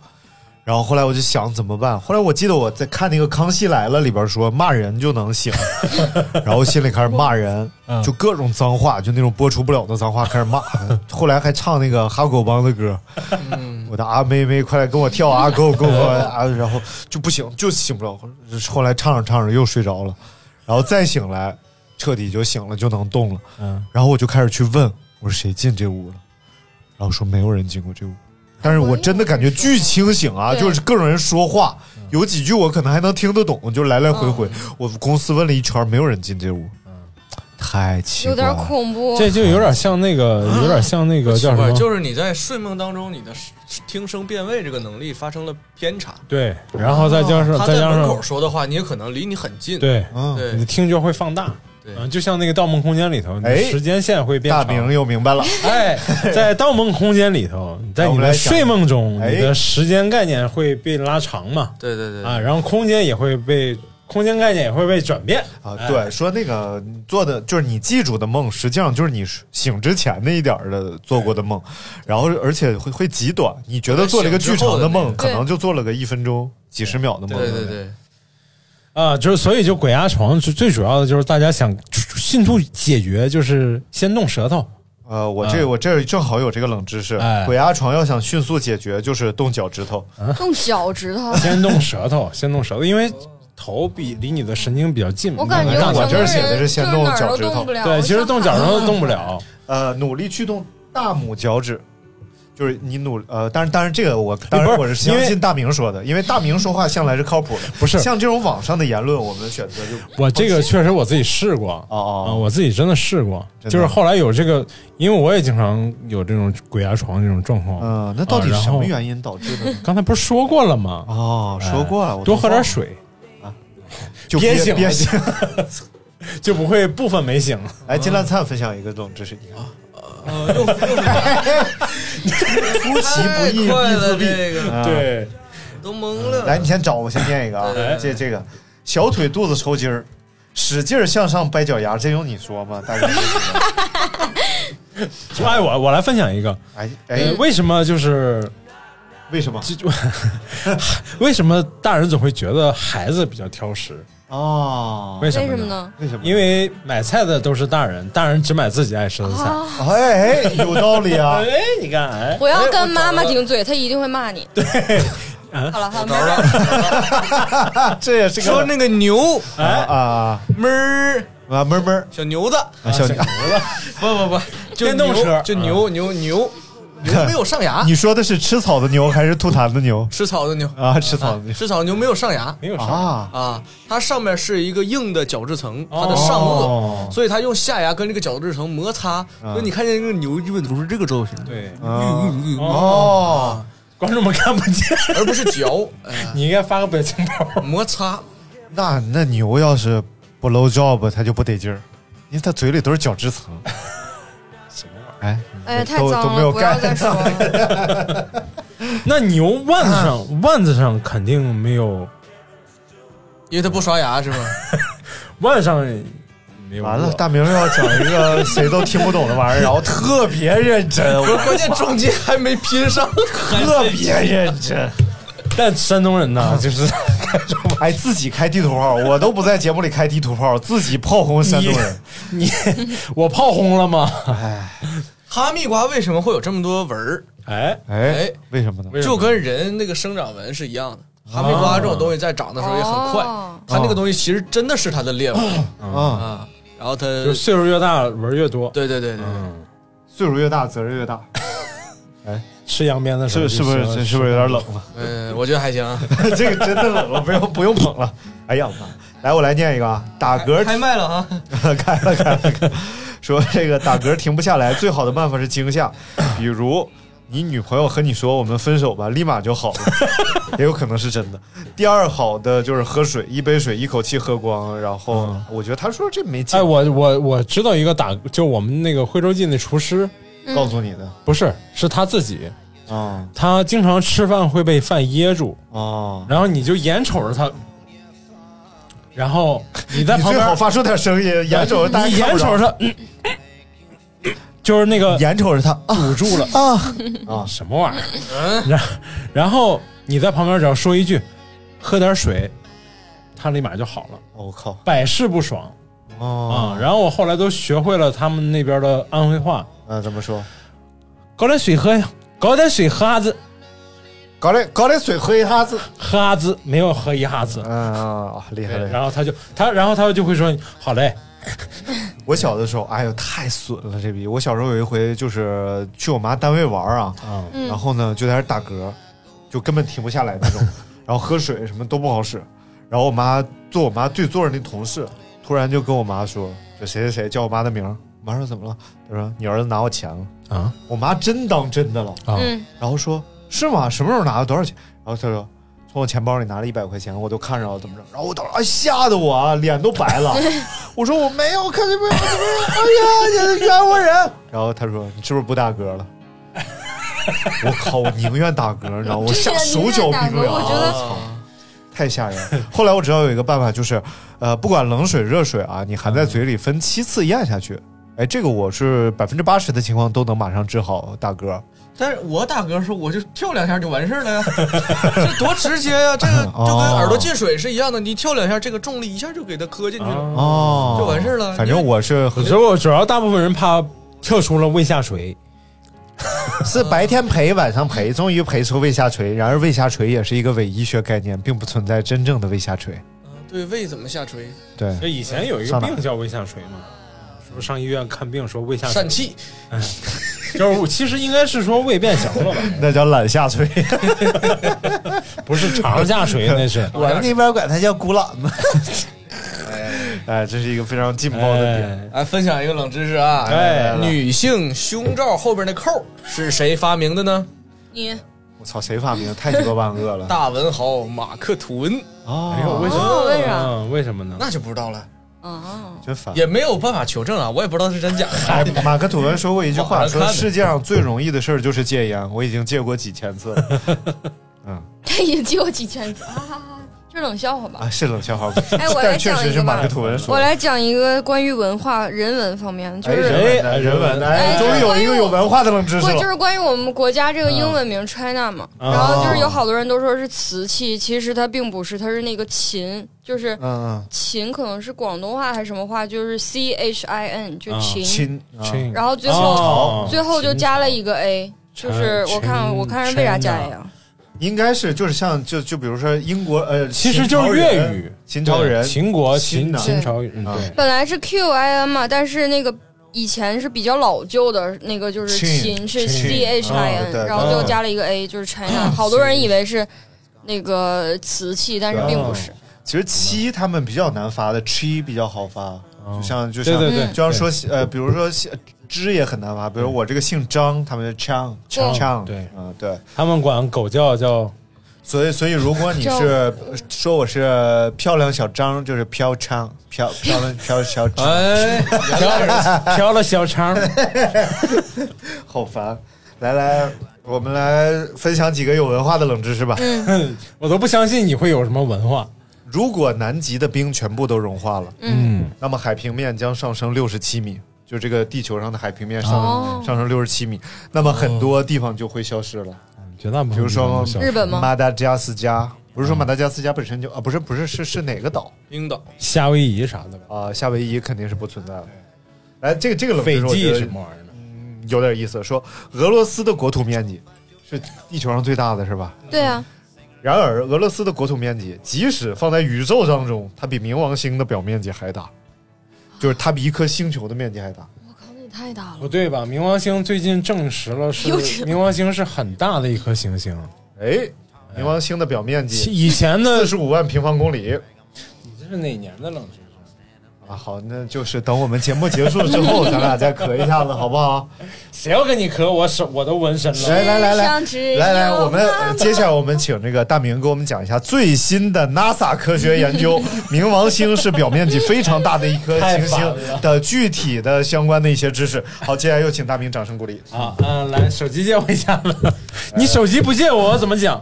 Speaker 5: 然后后来我就想怎么办？后来我记得我在看那个《康熙来了》里边说骂人就能醒，然后心里开始骂人，就各种脏话，就那种播出不了的脏话开始骂。后来还唱那个哈狗帮的歌，我的啊妹妹快来跟我跳啊，跟我
Speaker 4: *laughs*
Speaker 5: 跟我啊，然后就不行，就醒不了。后来唱着唱着又睡着了，然后再醒来，彻底就醒了，就能动了。
Speaker 3: 嗯，
Speaker 5: 然后我就开始去问，我说谁进这屋了？然后说没有人进过这屋，但是我真的感觉巨清醒啊，
Speaker 4: 对嗯
Speaker 5: 就是各种人说话，有几句我可能还能听得懂，就来来回回。我公司问了一圈，没有人进这屋，太奇
Speaker 4: 嗯有
Speaker 5: 怪
Speaker 4: 点
Speaker 5: 了。
Speaker 4: 恐怖。
Speaker 3: 这就有点像那个，有点像那个叫什
Speaker 6: 不
Speaker 3: 么？
Speaker 6: 是就是你在睡梦当中，你的听声辨位这个能力发生了偏差。
Speaker 3: 对，然后再加上
Speaker 6: 哦他
Speaker 3: 再
Speaker 6: 在
Speaker 3: 加
Speaker 6: 门口
Speaker 3: 上
Speaker 6: 说的话，你也可能离你很近。
Speaker 3: 对，
Speaker 5: 嗯，
Speaker 3: 你的
Speaker 6: 对
Speaker 3: 听觉会放大，
Speaker 6: 对
Speaker 3: 嗯，就像那个《盗梦空间》里头，你的
Speaker 5: 哎
Speaker 3: 时间线会变
Speaker 5: 大
Speaker 3: 长。
Speaker 5: 明又明白了。
Speaker 3: 哎，在《盗梦空间》里
Speaker 5: *laughs*
Speaker 3: 头，在
Speaker 5: 我
Speaker 3: 你
Speaker 5: 们来
Speaker 3: 的
Speaker 5: 讲
Speaker 3: 睡梦中，
Speaker 5: 哎
Speaker 3: 你的时间概念会被拉长嘛？
Speaker 6: 对对对
Speaker 3: 啊，然后空间也会被空间概念也会被转变
Speaker 5: 啊，
Speaker 3: 哎
Speaker 5: 对，说那个你做的就是你记住的梦，实际上就是你醒之前那一点儿的做过的梦，然后而且会会极短，你觉得做了一个巨长的梦，
Speaker 6: 醒之后的
Speaker 5: 可
Speaker 6: 那个
Speaker 5: 能就做了个一分钟、几十秒的梦。
Speaker 6: 对对对，
Speaker 3: 啊，就是所以就鬼压床最最主要的就是大家想迅速解决，就是先动舌
Speaker 5: *laughs*
Speaker 3: 头，
Speaker 5: 呃，我这
Speaker 3: 嗯
Speaker 5: 我这正好有这个冷知识
Speaker 3: 哎，嗯
Speaker 5: 鬼压床要想迅速解决，就是动脚趾头。
Speaker 4: 动脚趾头，
Speaker 3: 先动舌头，先动舌头，因为头比离你的神经比较近嘛。
Speaker 4: 我感觉
Speaker 3: 那
Speaker 5: 我
Speaker 4: 我整
Speaker 5: 这
Speaker 4: 个
Speaker 5: 儿
Speaker 4: 人
Speaker 5: 写的是先
Speaker 4: 就是
Speaker 5: 动
Speaker 4: 哪儿
Speaker 5: 脚
Speaker 4: 都
Speaker 5: 趾头
Speaker 4: 动不了。
Speaker 3: 对，其实动脚趾
Speaker 4: 上海
Speaker 3: 头动不了，
Speaker 5: 呃，努力去动大拇脚趾。就是你努呃，当然当然这个我当
Speaker 3: 不
Speaker 5: 然
Speaker 3: 是
Speaker 5: 我是
Speaker 3: 因
Speaker 5: 相
Speaker 3: 为
Speaker 5: 信大明说的，因为大明说话向来是靠谱的，
Speaker 3: 不是
Speaker 5: 像这种网上的言论，我们选择就
Speaker 3: 我这个确实我自己试过，
Speaker 5: 哦哦
Speaker 3: 啊，我自己真的试过，
Speaker 5: 真的
Speaker 3: 就是后来有这个，因为我也经常有这种鬼压床这种状况。
Speaker 5: 嗯，那到底
Speaker 3: 啊
Speaker 5: 是什么
Speaker 3: 然后
Speaker 5: 原因导致的呢？
Speaker 3: 刚才不是说过了吗？
Speaker 5: 哦，
Speaker 3: 哎
Speaker 5: 说过了，我
Speaker 3: 多
Speaker 5: 都
Speaker 3: 喝点
Speaker 5: 忘了，
Speaker 3: 水
Speaker 5: 就
Speaker 3: 憋
Speaker 5: 憋
Speaker 3: 醒
Speaker 5: 憋
Speaker 3: 了
Speaker 5: 醒。
Speaker 3: 就不会部分没醒。
Speaker 5: 来，金兰灿分享一个冷知识，你看，
Speaker 6: 呃，又又是
Speaker 5: 出其不意，
Speaker 6: 快
Speaker 5: 必自
Speaker 6: 了，
Speaker 5: 毙。
Speaker 6: 这个
Speaker 5: 啊，
Speaker 3: 对，
Speaker 6: 都懵了。
Speaker 5: 来，你先找，我先念一个啊
Speaker 3: 哎，
Speaker 5: 这这个小腿肚子抽筋儿，使劲儿向上掰脚丫，这用你说吗？大家都知道，
Speaker 3: 就哎，我我来分享一个，
Speaker 5: 哎
Speaker 3: 呃
Speaker 5: 哎，
Speaker 3: 为什么就是
Speaker 5: 为什么？
Speaker 3: 就 *laughs* 就为什么大人总会觉得孩子比较挑食？
Speaker 5: 哦，
Speaker 3: 为什
Speaker 4: *laughs* 为
Speaker 3: 么
Speaker 4: 什
Speaker 3: 呢
Speaker 4: 么？呢？
Speaker 5: 为什么？
Speaker 3: 因为买菜的都是大人，大人只买自己爱吃的菜。
Speaker 4: 啊！
Speaker 5: 哎，哎有道理啊
Speaker 3: 哎，，你看，哎，
Speaker 4: 我要跟妈妈顶嘴，她一定会骂你。
Speaker 5: *laughs*
Speaker 4: 对，
Speaker 5: 嗯
Speaker 4: 好了好
Speaker 6: 着
Speaker 4: 了，
Speaker 6: *laughs* 了，
Speaker 5: 这也是个
Speaker 6: 说那个牛
Speaker 3: 哎
Speaker 5: 啊啊
Speaker 6: 哞儿，
Speaker 5: 啊，闷闷儿
Speaker 6: 小牛子，
Speaker 5: 啊小牛，
Speaker 6: 不
Speaker 3: *laughs*
Speaker 6: 不不，就
Speaker 3: 电动
Speaker 6: 牛
Speaker 3: 车嗯
Speaker 6: 就牛牛
Speaker 3: *laughs*
Speaker 6: 牛牛没有上牙，
Speaker 5: 你说的是吃草的牛还是吐痰的牛
Speaker 6: 吃草的牛，
Speaker 5: *laughs* 啊？吃草的牛
Speaker 6: 吃草的牛没有上牙
Speaker 3: 没有啥。
Speaker 5: 啊，
Speaker 6: 啊，它上面是一个硬的角质层，它的上颚。
Speaker 5: 哦
Speaker 6: 所以它用下牙跟这个角质层摩擦，所以你看见那个牛基本都是这个造型，
Speaker 3: 啊对，
Speaker 5: 嗯哦，
Speaker 3: 观众们看不见，
Speaker 6: 啊而不是嚼。哎呀
Speaker 3: 你应该发个表情包。
Speaker 6: 摩擦，
Speaker 5: 那那牛要是 *laughs* 不 low job，它就不得劲儿，因为它嘴里都是角质层。
Speaker 3: 什么玩意儿？
Speaker 5: 哎，
Speaker 4: 哎呀，太
Speaker 5: 都都
Speaker 4: 脏
Speaker 5: 没
Speaker 4: 了，
Speaker 5: 有
Speaker 4: 不要
Speaker 5: 盖
Speaker 4: 再说了。
Speaker 3: *laughs* 那牛腕子上，腕子上肯定没有，
Speaker 6: 因为他不刷
Speaker 3: *laughs*
Speaker 6: 牙是吗？
Speaker 3: 腕上没有。
Speaker 5: *laughs* 完了，大明又要讲一 *laughs* 个谁都听不懂的玩意儿，然后特别认 *laughs* 真，
Speaker 6: 不是，关键中间还没拼上，
Speaker 5: 特别认 *laughs* 真，
Speaker 3: 但山东人
Speaker 5: *laughs*
Speaker 3: 呐，就是
Speaker 5: 哎，自己开地图炮，我都不在节目里开地图炮，自己炮轰山东人。
Speaker 3: 你 *laughs* 我炮轰了吗？
Speaker 6: 哈密瓜为什么会有这么多纹儿？
Speaker 3: *laughs* 哎，
Speaker 5: 哎
Speaker 6: 哎，
Speaker 5: 为什么呢？
Speaker 3: 为什么哦
Speaker 6: 就跟人那个生长纹是一样的。哈密瓜这种东西在长的时候也很快
Speaker 4: 哦，
Speaker 6: 它那个东西其实真的是它的猎物
Speaker 5: 啊，
Speaker 6: 啊。然后它，
Speaker 3: 就是岁数越大纹儿越多。
Speaker 6: 对对对对，
Speaker 3: 嗯，
Speaker 5: 岁数越大，责任越大，
Speaker 3: 吃羊鞭的时
Speaker 5: 是
Speaker 3: 候
Speaker 5: 是不是？
Speaker 3: 就
Speaker 5: 这
Speaker 3: 喜欢
Speaker 5: 是不是有点冷了？
Speaker 6: 嗯，我觉得还行啊。
Speaker 5: *laughs* 这个真的冷了，不用不用捧了。哎呀妈！来，我来念一个啊，打嗝
Speaker 6: 开麦了啊！
Speaker 5: *laughs* 开了开了开了，说这个打嗝停不下来，最好的办法是惊吓，比如你女朋友和你说我们分手吧，立马就
Speaker 6: *laughs*
Speaker 5: 好了，也有可能是真的。第二好的就是喝水，一杯水一口气喝光，然后、我觉得他说这没
Speaker 3: 嗯
Speaker 5: 劲，
Speaker 3: 哎，我我我知道一个打，就我们那个徽州记那厨师，
Speaker 5: 告诉你的
Speaker 3: 不是，是他自己，
Speaker 5: 啊
Speaker 3: 他经常吃饭会被饭噎住，
Speaker 5: 啊。
Speaker 3: 然后你就眼瞅着他，然后你在
Speaker 5: 你
Speaker 3: 旁
Speaker 5: 最
Speaker 3: 边
Speaker 5: 好发出点声音，眼瞅着大
Speaker 3: 你
Speaker 5: 家看
Speaker 3: 眼
Speaker 5: 不着
Speaker 3: 瞅着他，嗯就是那个
Speaker 5: 眼瞅着他啊
Speaker 3: 堵住了
Speaker 5: 啊啊
Speaker 3: *laughs* 什么玩意儿，
Speaker 5: 嗯
Speaker 3: 然然后你在旁边只要说一句“喝点水”，他立马就好了，
Speaker 5: 我哦靠
Speaker 3: 百试不爽啊！
Speaker 5: 啊！
Speaker 3: 然后我后来都学会了他们那边的安徽话
Speaker 5: 嗯，怎么说？：“
Speaker 3: 搞点水喝呀，搞点水喝哈子，
Speaker 5: 搞点搞点水喝一哈子，
Speaker 3: 喝哈子没有喝一哈子。”
Speaker 5: 嗯啊，厉害
Speaker 3: 对，
Speaker 5: 厉害
Speaker 3: 然！后他就他，然后他就会说：“好嘞，
Speaker 5: 我小的时候，哎呦，太损了这逼！我小时候有一回就是去我妈单位玩儿啊，
Speaker 3: 啊，
Speaker 4: 嗯
Speaker 5: 然后呢就在那儿打嗝，就根本停不下来那种，
Speaker 3: *laughs*
Speaker 5: 然后喝水什么都不好使。然后我妈坐我妈对坐着那同事，突然就跟我妈说：“这谁谁谁叫我妈的名儿。”我妈说：“怎么了？”她说：“你儿子拿我钱了。”
Speaker 3: 啊，
Speaker 5: 我妈真当真的了，
Speaker 3: 啊
Speaker 4: 嗯，
Speaker 5: 然后说：“是吗？什么时候拿的？多少钱？”然后她说。从我钱包里拿了一百块钱，我都看着了，怎么着？然后我当时哎吓得我啊，脸都白了。我说我没有，看见没有？怎么了？哎呀，你冤枉人！然后他说你是不是不打嗝了？我靠！我宁愿打嗝，你知道吗？我吓手脚
Speaker 4: 对
Speaker 5: 冰
Speaker 4: 呀宁愿打嗝我觉
Speaker 5: 凉，
Speaker 4: 得
Speaker 6: 啊
Speaker 5: 太吓人了。后来我知道有一个办法，就是呃，不管冷水热水啊，你含在嘴里分七次咽下去。哎，这个我是百分之八十的情况都能马上治好打嗝。
Speaker 6: 但是我打嗝时候我就跳两下就完事儿了 *laughs* 呀，这多直接呀！这 *laughs* 个
Speaker 5: 哦
Speaker 6: 就跟耳朵进水是一样的，你跳两下，这个重力一下就给它磕进去了，
Speaker 5: 哦，
Speaker 6: 就完事儿了。
Speaker 5: 反正我是
Speaker 3: 主要主要大部分人怕跳出了胃下垂，
Speaker 5: 是白天赔，晚上赔，终于赔出胃下垂。然而胃下垂也是一个伪医学概念，并不存在真正的胃下垂。
Speaker 6: 嗯对胃怎么下垂？
Speaker 5: 对，
Speaker 3: 哎就以前有一个
Speaker 5: 上哪
Speaker 3: 病叫胃下垂嘛，是不是上医院看病说胃下垂
Speaker 6: 疝？气，
Speaker 3: 就是我其实应该是说胃变小了吧，
Speaker 5: 那叫懒下 *laughs* 垂。
Speaker 3: 不是肠下垂，那
Speaker 5: *laughs*
Speaker 3: 是
Speaker 5: 我们那边管它叫骨懒子。 *laughs* 哎，这是一个非常劲爆的
Speaker 3: 哎
Speaker 5: 点。
Speaker 6: 哎，分享一个冷知识啊！
Speaker 3: 哎
Speaker 6: 女性胸罩后边的扣是谁发明的呢？
Speaker 4: 你
Speaker 5: 我操，谁发明？太鸡巴万恶了！
Speaker 6: 大文豪马克吐温，
Speaker 5: 啊，
Speaker 3: 呦为什
Speaker 4: 哦为啥
Speaker 3: 嗯为什么呢？
Speaker 6: 那就不知道了，
Speaker 4: *laughs* 啊，
Speaker 5: 真烦。
Speaker 6: 也没有办法求证啊，我也不知道是真假。
Speaker 5: 哎，马克吐温说过一句话，
Speaker 6: 网上
Speaker 5: 说
Speaker 6: 看的
Speaker 5: 世界上最容易的事儿就是戒烟。我已经戒过几千次 *laughs* 了
Speaker 4: 他已经记我几千次，哈哈哈， *laughs* 这冷笑话吧。
Speaker 5: 啊！是冷笑话，
Speaker 4: 哎我来
Speaker 5: 但确
Speaker 4: 讲一
Speaker 5: 实
Speaker 4: 个
Speaker 5: 是马
Speaker 4: 吧
Speaker 5: 克吐温说
Speaker 4: 我
Speaker 5: 的。
Speaker 4: 来讲一个关于文化、人文方面的，就
Speaker 5: 哎，
Speaker 4: 是
Speaker 5: 人文的，
Speaker 3: 哎
Speaker 5: 人文的，
Speaker 4: 哎
Speaker 5: 哎，终于有一个有文化的冷知识
Speaker 4: 不
Speaker 5: 了
Speaker 4: 就。是关于我们国家这个英文名 China 嘛，然后就是有好多人都说是瓷器，其实它并不是，它是那个秦，就是
Speaker 5: 嗯
Speaker 4: 秦可能是广东话还是什么话，就是 C H I N 就
Speaker 3: 啊
Speaker 5: 嗯，
Speaker 4: 秦，
Speaker 5: 亲，啊
Speaker 3: 亲
Speaker 4: 然后最后
Speaker 3: 哦
Speaker 4: 最后就加了一个 A，就是我看
Speaker 3: 秦
Speaker 4: 我看是为啥加 A 啊？
Speaker 5: 应该是就是像就就比如说英国呃，
Speaker 3: 其实就是粤语，
Speaker 5: 秦朝人，
Speaker 3: 对
Speaker 5: 秦
Speaker 3: 秦国、
Speaker 5: 秦
Speaker 3: 秦
Speaker 5: 呢
Speaker 3: 秦朝，嗯
Speaker 5: 啊
Speaker 3: 对，
Speaker 4: 本来是 Q I N 嘛，但是那个以前是比较老旧的那个，就是
Speaker 5: 秦
Speaker 4: 秦是
Speaker 5: 秦
Speaker 4: C H I
Speaker 5: 哦
Speaker 4: N，、
Speaker 5: 对
Speaker 4: 然后
Speaker 5: 对
Speaker 4: 最后加了一个 A，就是 China。好多人以为是那个瓷器，但是并不是。
Speaker 5: 其实七他们比较难发的，chi 比较好发，就像就像
Speaker 3: 哦对对对
Speaker 5: 就像说呃，比如说知也很难发，比如我这个姓张，他们就 chang chang
Speaker 4: 对
Speaker 5: chang，
Speaker 3: 对
Speaker 5: 嗯对， *laughs*
Speaker 3: 他们管狗叫叫
Speaker 5: 所以，所以如果你是呃说我是漂亮小张，就是飘娼，飘
Speaker 3: *laughs*
Speaker 5: 漂亮飘小张，
Speaker 3: 哎，飘飘了小肠，
Speaker 5: 好烦。来来，我们来分享几个有文化的冷知识吧。
Speaker 3: *laughs* 我都不相信你会有什么文化。
Speaker 5: 如果南极的冰全部都融化了，
Speaker 3: 嗯，
Speaker 5: 那么海平面将上升六十七米，就这个地球上的海平面上、
Speaker 4: 哦
Speaker 5: 上升六十七米，那么很多地方就会消失
Speaker 3: 哦
Speaker 5: 了，
Speaker 3: 绝大部分
Speaker 5: 比如说
Speaker 3: 小
Speaker 4: 日本吗
Speaker 5: 马达加斯加，
Speaker 3: 嗯
Speaker 5: 不是说马达加斯加本身就啊，不是不是是是哪个岛
Speaker 6: 冰岛
Speaker 3: 夏威夷啥的吧，
Speaker 5: 啊、夏威夷肯定是不存在了。来，这个这个冷知
Speaker 3: 哎斐
Speaker 5: 识我觉
Speaker 3: 济
Speaker 5: 得
Speaker 3: 什么玩意儿的，
Speaker 5: 嗯有点意思，说俄罗斯的国土面积是地球上最大的是吧？
Speaker 4: 对啊，
Speaker 5: 然而，俄罗斯的国土面积即使放在宇宙当中，它比冥王星的表面积还大，就是它比一颗星球的面积还大。
Speaker 4: 我靠，那也太大了
Speaker 3: 不。对吧？冥王星最近证实了是
Speaker 4: 又知道
Speaker 3: 冥王星是很大的一颗行星，
Speaker 5: 哎，冥王星的表面积
Speaker 3: 以前
Speaker 6: *laughs*
Speaker 3: 的
Speaker 5: 四十五万平方公里
Speaker 3: 这是哪年的冷知识？
Speaker 5: 啊！好，那就是等我们节目结束之后，咱俩再咳一下子，好不好？
Speaker 3: 谁要跟你磕？我手我都纹身了。
Speaker 5: 来来来来
Speaker 4: 上只有
Speaker 5: 来来，我们呃
Speaker 4: 妈妈
Speaker 5: 接下来我们请这个大明给我们讲一下最新的 NASA 科学研究，冥王星是表面积非常大的一颗行
Speaker 3: 太
Speaker 5: 星
Speaker 3: 烦了
Speaker 5: 的具体的相关的一些知识。好，接下来有请大明掌声鼓励。
Speaker 3: 啊，嗯，来，手机借我一下子。 *laughs* 你手机不借我，我怎么讲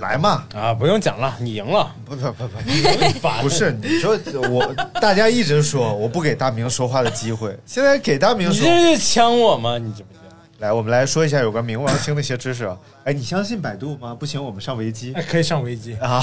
Speaker 5: 来嘛，
Speaker 3: 啊？不用讲了，你赢了。
Speaker 5: 不不不不，不是你说我，大家一直说我不给大明说话的机会，现在给大明
Speaker 3: 你
Speaker 5: 说。
Speaker 3: 这是呛我吗？你这不是？
Speaker 5: 来，我们来说一下有关冥王星的一些知识啊。哎，你相信百度吗？不行，我们上维基
Speaker 3: 哎，可以上维基。
Speaker 5: 啊。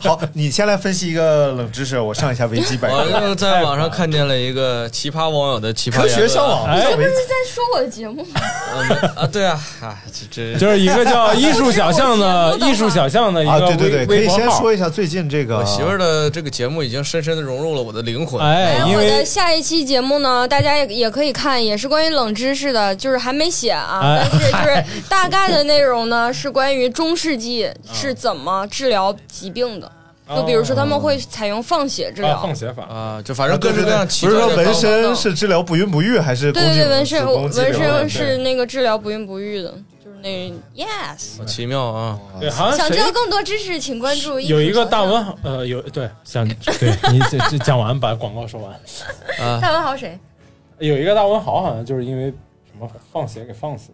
Speaker 5: 好，你先来分析一个冷知识，我上一下维基百
Speaker 6: 我
Speaker 5: 科。
Speaker 6: 又在网上看见了一个奇葩网友的奇葩
Speaker 5: 科
Speaker 6: 言
Speaker 5: 学
Speaker 6: 论
Speaker 5: 上网，
Speaker 3: 哎
Speaker 5: 上维基
Speaker 4: 在说我的节目吗？
Speaker 6: 嗯啊，对啊，啊，这这
Speaker 3: 就是一个
Speaker 4: *laughs*
Speaker 3: 叫艺术小象的艺术小象的一
Speaker 5: 啊，
Speaker 3: 个
Speaker 5: 对对
Speaker 3: 哎微
Speaker 5: 对，可以
Speaker 3: 微博
Speaker 5: 先
Speaker 3: 号
Speaker 5: 说。一下最近这个
Speaker 6: 我媳妇儿的这个节目已经深深的融入了我的灵魂。
Speaker 3: 啊哎，因
Speaker 4: 我的
Speaker 3: 为
Speaker 4: 下一期节目呢，大家也也可以看，也是关于冷知识的，就是还没写啊，
Speaker 3: 哎 *laughs* 啊
Speaker 4: 但是就是大概的内容呢，是关于中世纪是怎么治疗疾病的，就比如说他们会采用放血治疗，
Speaker 3: 哦啊，放血法。
Speaker 6: 啊，就反正各式各样奇
Speaker 5: 不
Speaker 6: 怪
Speaker 5: 是
Speaker 6: 的
Speaker 5: 说
Speaker 6: 方法。
Speaker 5: 纹身是治疗不孕不育还是
Speaker 4: 对对对，纹身
Speaker 5: 宫
Speaker 4: 纹
Speaker 5: 颈子宫肌瘤
Speaker 4: 身
Speaker 5: 的
Speaker 4: 是那个治疗不孕不育的，就是那 yes。
Speaker 6: 好奇妙啊！
Speaker 3: 对，好像
Speaker 4: 想
Speaker 3: 谁
Speaker 4: 知道更多知识，请关注
Speaker 3: 有一个大
Speaker 4: 文
Speaker 3: 文，呃，有对想对你这这讲完把广告说完。
Speaker 4: 大文豪谁？
Speaker 3: 有一个大文豪好像就是因为什么放血给放死。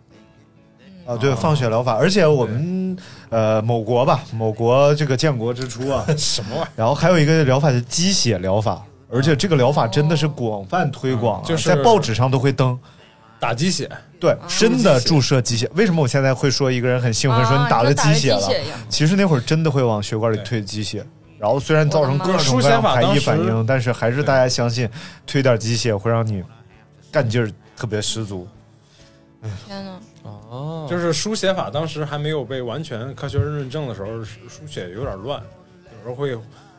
Speaker 5: 啊，对，放血疗法，而且我们呃某国吧，某国这个建国之初
Speaker 4: *laughs*
Speaker 5: 啊，
Speaker 3: 什么玩意儿？
Speaker 5: 然后还有一个疗法是鸡血疗法，而且这个疗法真的
Speaker 4: 哦
Speaker 5: 是广泛推
Speaker 4: 嗯
Speaker 5: 广啊，
Speaker 3: 就是
Speaker 5: 在报纸上都会登。
Speaker 3: 打鸡血，
Speaker 4: 啊
Speaker 5: 对，真的注射鸡血。为什么我现在会说一个人很兴奋，说
Speaker 4: 啊
Speaker 5: 你打了
Speaker 4: 你说打
Speaker 5: 鸡
Speaker 4: 了
Speaker 5: 血
Speaker 4: 鸡
Speaker 5: 了
Speaker 4: 血一样？
Speaker 5: 其实那会儿真的会往血管里
Speaker 3: 对
Speaker 5: 推鸡血，然后虽然造
Speaker 4: 我
Speaker 5: 成
Speaker 4: 的妈
Speaker 5: 各种
Speaker 3: 书
Speaker 5: 各
Speaker 3: 写
Speaker 5: 样
Speaker 3: 法
Speaker 5: 排
Speaker 3: 当
Speaker 5: 异
Speaker 3: 时
Speaker 5: 反应，但是还是大家相信推点鸡血会让你干劲儿特别十足。
Speaker 4: 天哪！
Speaker 6: 哦，
Speaker 3: 就是输血法，当时还没有被完全科学认证的时候，输血有点乱，有时候会。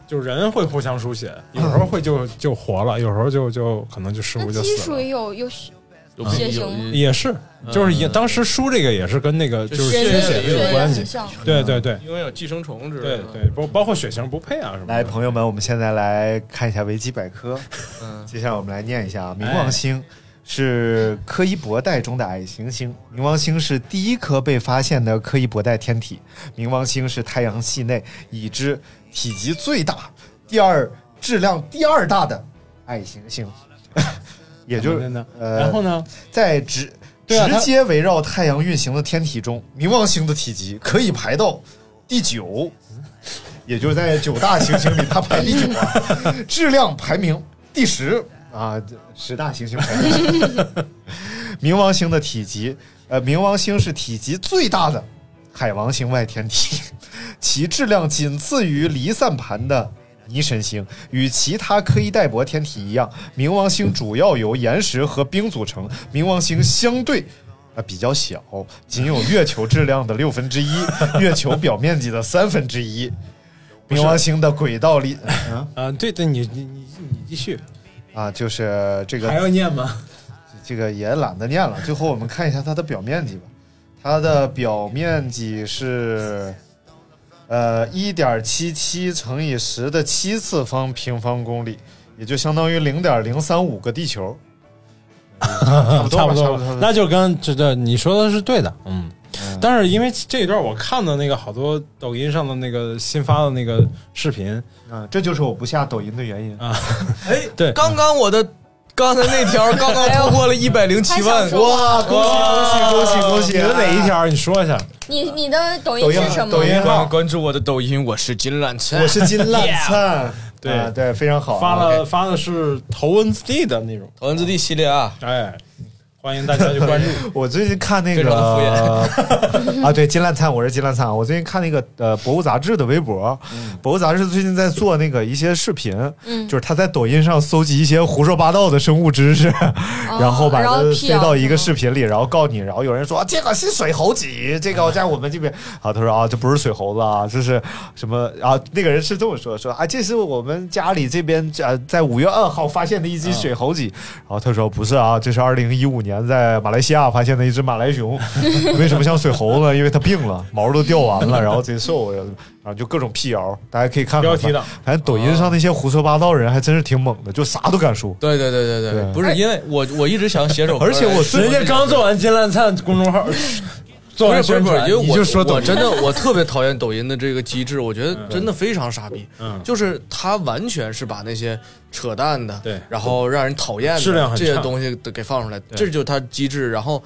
Speaker 3: 就人会互相输血，有时候会就就活了，有时候就就可能就失误
Speaker 4: 那
Speaker 3: 就
Speaker 4: 鸡
Speaker 3: 死
Speaker 4: 属
Speaker 3: 了。
Speaker 4: 于有有血
Speaker 6: 有
Speaker 4: 血型
Speaker 6: 有
Speaker 4: 吗
Speaker 3: 也是，就是也当时输这个也是跟那个就是
Speaker 6: 血
Speaker 3: 缺
Speaker 6: 血
Speaker 3: 血
Speaker 6: 也有
Speaker 3: 有
Speaker 4: 也
Speaker 3: 关
Speaker 4: 很
Speaker 3: 系。
Speaker 4: 像。
Speaker 3: 对对对
Speaker 6: 因为有寄生虫之类
Speaker 3: 对
Speaker 6: 的。
Speaker 3: 对，包包括血型不配啊什么的。
Speaker 5: 来，朋友们，我们现在来看一下维基百科。
Speaker 6: 嗯，
Speaker 5: *laughs* 接下来我们来念一下啊，冥王星是柯伊伯带中的矮行星。冥王星是第一颗被发现的柯伊伯带天体。冥王星是太阳系内已知体积最大、第二质量第二大的矮行星， *laughs* 也就
Speaker 3: 怎么的呢
Speaker 5: 是
Speaker 3: 然后
Speaker 5: 呃，
Speaker 3: 呢？
Speaker 5: 在直。
Speaker 3: 对啊它
Speaker 5: 直接围绕太阳运行的天体中，冥王星的体积可以排到第九，也就是在九大行星里，它排第九啊，质量排名第十啊，这十大行星排名。 *laughs* 冥王星的体积，呃，冥王星是体积最大的海王星外天体， *laughs* 其质量仅次于离散盘的。泥神星与其他柯伊代伯天体一样，冥王星主要由岩石和冰组成。冥王星相对啊，比较小，仅有月球质量的六分之一，月球表面积的三分之一。冥王星的轨道里啊
Speaker 3: 啊，对对，你你你你继续，
Speaker 5: 啊，就是这个
Speaker 3: 要念吗？
Speaker 5: 这个也懒得念了。 *laughs* 最后我们看一下它的表面积吧，它的表面积是呃一点七七乘以十的七次方平方公里，也就相当于零点零三五个地球。
Speaker 3: 差
Speaker 5: 差不多吧
Speaker 3: 不
Speaker 5: *laughs* 差
Speaker 3: 多
Speaker 5: 不多差不多
Speaker 3: 那就跟这这你说的是对的，嗯，但是因为这一段我看的那个好多抖音上的那个新发的那个视频，
Speaker 5: 啊，这就是我不下抖音的原因。
Speaker 6: 哎，
Speaker 3: 对
Speaker 6: 刚刚我的刚才那
Speaker 4: *laughs*
Speaker 6: 条刚刚突破了一百零七万
Speaker 4: 哎还想，说
Speaker 5: 哇，恭喜恭喜恭喜恭喜！
Speaker 3: 你的哪一？条？你说一下。
Speaker 4: 你你的抖音是什么？
Speaker 5: 抖音抖音
Speaker 3: 啊
Speaker 6: 关关
Speaker 3: 哦
Speaker 6: 注我的抖音，我是金懒菜，
Speaker 5: *laughs* 我是金烂灿，
Speaker 3: 对
Speaker 5: 啊 *laughs* 对，非常好啊。
Speaker 3: 发了发的是头文字 D 的那种，
Speaker 6: 头文字 D 系列啊，
Speaker 3: 哎，欢迎大家去关 *laughs* 注。
Speaker 5: *laughs* 我最近看那
Speaker 6: 非常敷
Speaker 5: 个 *laughs* 啊，对金烂灿，我是金烂灿。啊我最近看那个呃《博物》杂志的微博，
Speaker 6: 嗯
Speaker 5: 博物》杂志最近在做那个一些视频，
Speaker 4: 嗯
Speaker 5: 就是他在抖音上搜集一些胡说八道的生物知识， *laughs* 然后把
Speaker 4: 哦然
Speaker 5: 它
Speaker 4: 后辟
Speaker 5: 塞到
Speaker 4: 谣
Speaker 5: 一个
Speaker 4: 是吗
Speaker 5: 视频里， *laughs* 然后告你。然后有人说、啊这个是水猴脊，这个在我们这边 *laughs* 啊，他说啊这不是水猴子啊，这是什么啊？那个人是这么说说啊，这是我们家里这边呃在五月二号发现的一只水猴
Speaker 3: 嗯
Speaker 5: 脊。然后他说不是啊，这是二零一五年在马来西亚发现的一只马来熊。 *laughs* 为什么像水猴呢？因为它病了，毛都掉完
Speaker 3: *laughs*
Speaker 5: 了，然后贼瘦，然后就各种辟谣，大家可以看看
Speaker 3: 标题党
Speaker 5: 反正抖音上那些胡说八道人还真是挺猛的，就啥都敢说。
Speaker 6: 对对对对
Speaker 5: 对
Speaker 6: 对，不是因为我我一直想写 *laughs* 首歌，
Speaker 5: 而且我最
Speaker 3: 人家刚做完金烂灿公众
Speaker 6: *laughs*
Speaker 3: 号，做
Speaker 6: 不
Speaker 3: 完
Speaker 6: 是不
Speaker 3: 宣
Speaker 6: 是不是，
Speaker 3: 传，
Speaker 6: 因为
Speaker 3: 你
Speaker 6: 我
Speaker 3: 就说抖
Speaker 6: 我
Speaker 3: 音
Speaker 6: 真的我特别讨厌抖音的这个机制，我觉得真的非常傻逼。
Speaker 3: 嗯
Speaker 6: 就是他完全是把那些扯淡的，
Speaker 3: 对
Speaker 6: 然后让人讨厌的
Speaker 3: 质量很
Speaker 6: 这些
Speaker 3: 差
Speaker 6: 东西都给放出来，这就是他机制。然后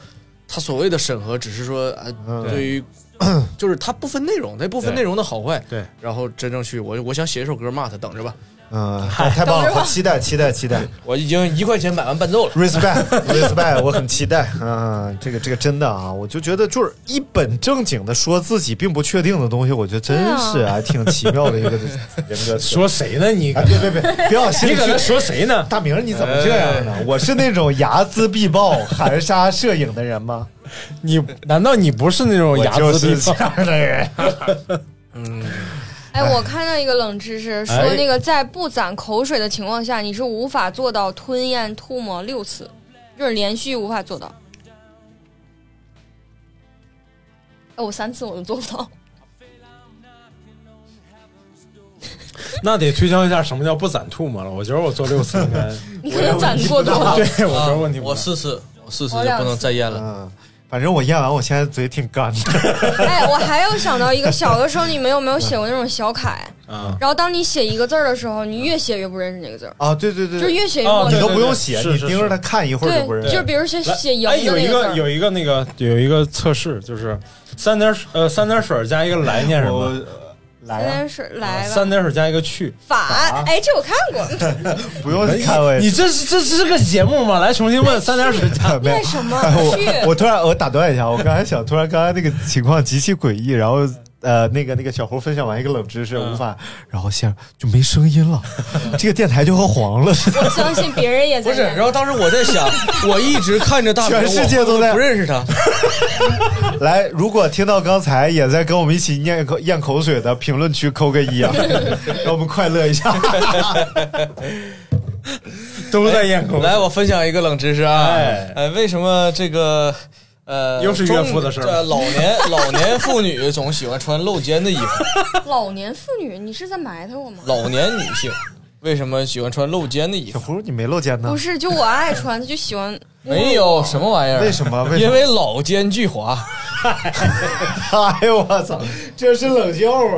Speaker 6: 他所谓的审核，只是说啊，
Speaker 5: 嗯
Speaker 6: 对于 *clears throat* 就是他不分内容，他不分
Speaker 3: 对
Speaker 6: 内容的好坏。
Speaker 3: 对，
Speaker 6: 然后真正去我我想写一首歌骂他，等着吧，
Speaker 5: 嗯，太太棒了，好期待期待期待
Speaker 6: 我已经一块钱买完伴奏了。
Speaker 5: ，respect respect，我很 *laughs* 期待。嗯，这个这个真的啊，我就觉得就是一本正经的说自己并不确定的东西，我觉得真是啊，挺奇妙的一个 *laughs* 人格。
Speaker 3: 说谁呢？
Speaker 6: *laughs*
Speaker 3: 你
Speaker 5: 啊，别别别，别往心
Speaker 3: 你
Speaker 5: 里
Speaker 3: 搁
Speaker 5: 去
Speaker 3: 那。说谁呢？
Speaker 5: 大明儿，你怎么这样呢？我是那种睚眦必报、含沙射影的人吗？
Speaker 3: 你难道你不是那种
Speaker 5: 我
Speaker 3: 睚
Speaker 5: 就
Speaker 3: 眦必
Speaker 5: 是这
Speaker 3: 报？
Speaker 5: 样的 *laughs* 人。
Speaker 4: 哎，我看到一个冷知识，说
Speaker 3: 哎
Speaker 4: 那个在不攒口水的情况下，你是无法做到吞咽吐沫六次，就是连续无法做到。哎，我三次我都做不到。
Speaker 3: 那得推销一下什么叫不攒吐沫了。我觉得我做六次应该，
Speaker 4: 你可能攒过多，
Speaker 3: 对我觉
Speaker 6: 啊
Speaker 3: 得问题不
Speaker 6: 我
Speaker 3: 大。
Speaker 6: 试试，我试试
Speaker 4: 哦我
Speaker 6: 就
Speaker 4: 两
Speaker 6: 不能
Speaker 4: 次
Speaker 6: 再咽了。
Speaker 5: 嗯，反正我咽完，我现在嘴挺干的。
Speaker 4: *laughs* 哎，我还有想到一个，小的时候你们有没有写过那种小楷？
Speaker 3: 啊
Speaker 4: 然后当你写一个字儿的时候，你越写越不认识那个字儿，
Speaker 5: 啊，对对对，
Speaker 4: 就是越写越
Speaker 3: 哦
Speaker 4: 陌
Speaker 5: *laughs* 你
Speaker 4: 生。
Speaker 5: 都不用写，
Speaker 3: 对对
Speaker 5: 你
Speaker 3: 对
Speaker 5: 盯着它看一会儿就不认
Speaker 4: 就
Speaker 5: 识
Speaker 4: 是。比如写
Speaker 3: 来
Speaker 4: 写“赢”
Speaker 3: 哎，
Speaker 4: 的
Speaker 3: 有一
Speaker 4: 那
Speaker 3: 个
Speaker 4: 字儿，
Speaker 3: 有一个那个有一个测试，就是三点水呃三点水加一个来念什么？呃
Speaker 5: 我来
Speaker 4: 三
Speaker 5: 啊，
Speaker 4: 点水来了
Speaker 3: 三点水加一个去。
Speaker 4: 法，哎，这我看过，
Speaker 5: *laughs* 不用看我也。
Speaker 3: 你这是这是个节目吗？来重新问三点水加
Speaker 5: 没有
Speaker 4: 念嗯什么
Speaker 5: 哎
Speaker 4: 去
Speaker 5: *laughs* 我我突然我打断一下，我刚才想，突然刚才那个情况极其诡异，然后呃，那个那个小猴分享完一个冷知识，
Speaker 3: 嗯
Speaker 5: 无法，然后现在就没声音了，这个电台就和黄
Speaker 3: *laughs*
Speaker 5: 了似的。
Speaker 4: 我相信别人也在
Speaker 6: 不是，
Speaker 4: 念。
Speaker 6: 然后当时我在想，我一直看着大明，
Speaker 5: 全世界都
Speaker 6: 我
Speaker 5: 在
Speaker 6: 不认识他，
Speaker 5: 来，如果听到刚才也在跟我们一起咽口咽口水的，评论区扣个
Speaker 3: *laughs*
Speaker 5: 一啊，让我们快乐一下。
Speaker 3: 都在咽口水。
Speaker 5: 哎
Speaker 6: 来，我分享一个冷知识啊，
Speaker 3: 哎
Speaker 6: 呃，为什么这个呃，
Speaker 3: 又是岳父的事儿
Speaker 6: 中呃老年老年妇女总喜欢穿露肩的衣服，
Speaker 4: 老年妇女，你是在埋汰我吗？
Speaker 6: 老年女性为什么喜欢穿露肩的衣
Speaker 5: 小
Speaker 6: 服？
Speaker 5: 胡，你没露肩呢
Speaker 4: 不？是，就我爱穿，她就喜
Speaker 5: *laughs*
Speaker 4: 欢。
Speaker 6: 没有什么玩意儿，
Speaker 5: 为什么为什么
Speaker 6: 因为老奸巨猾。
Speaker 5: *laughs* 哎呦我操，这是冷笑话。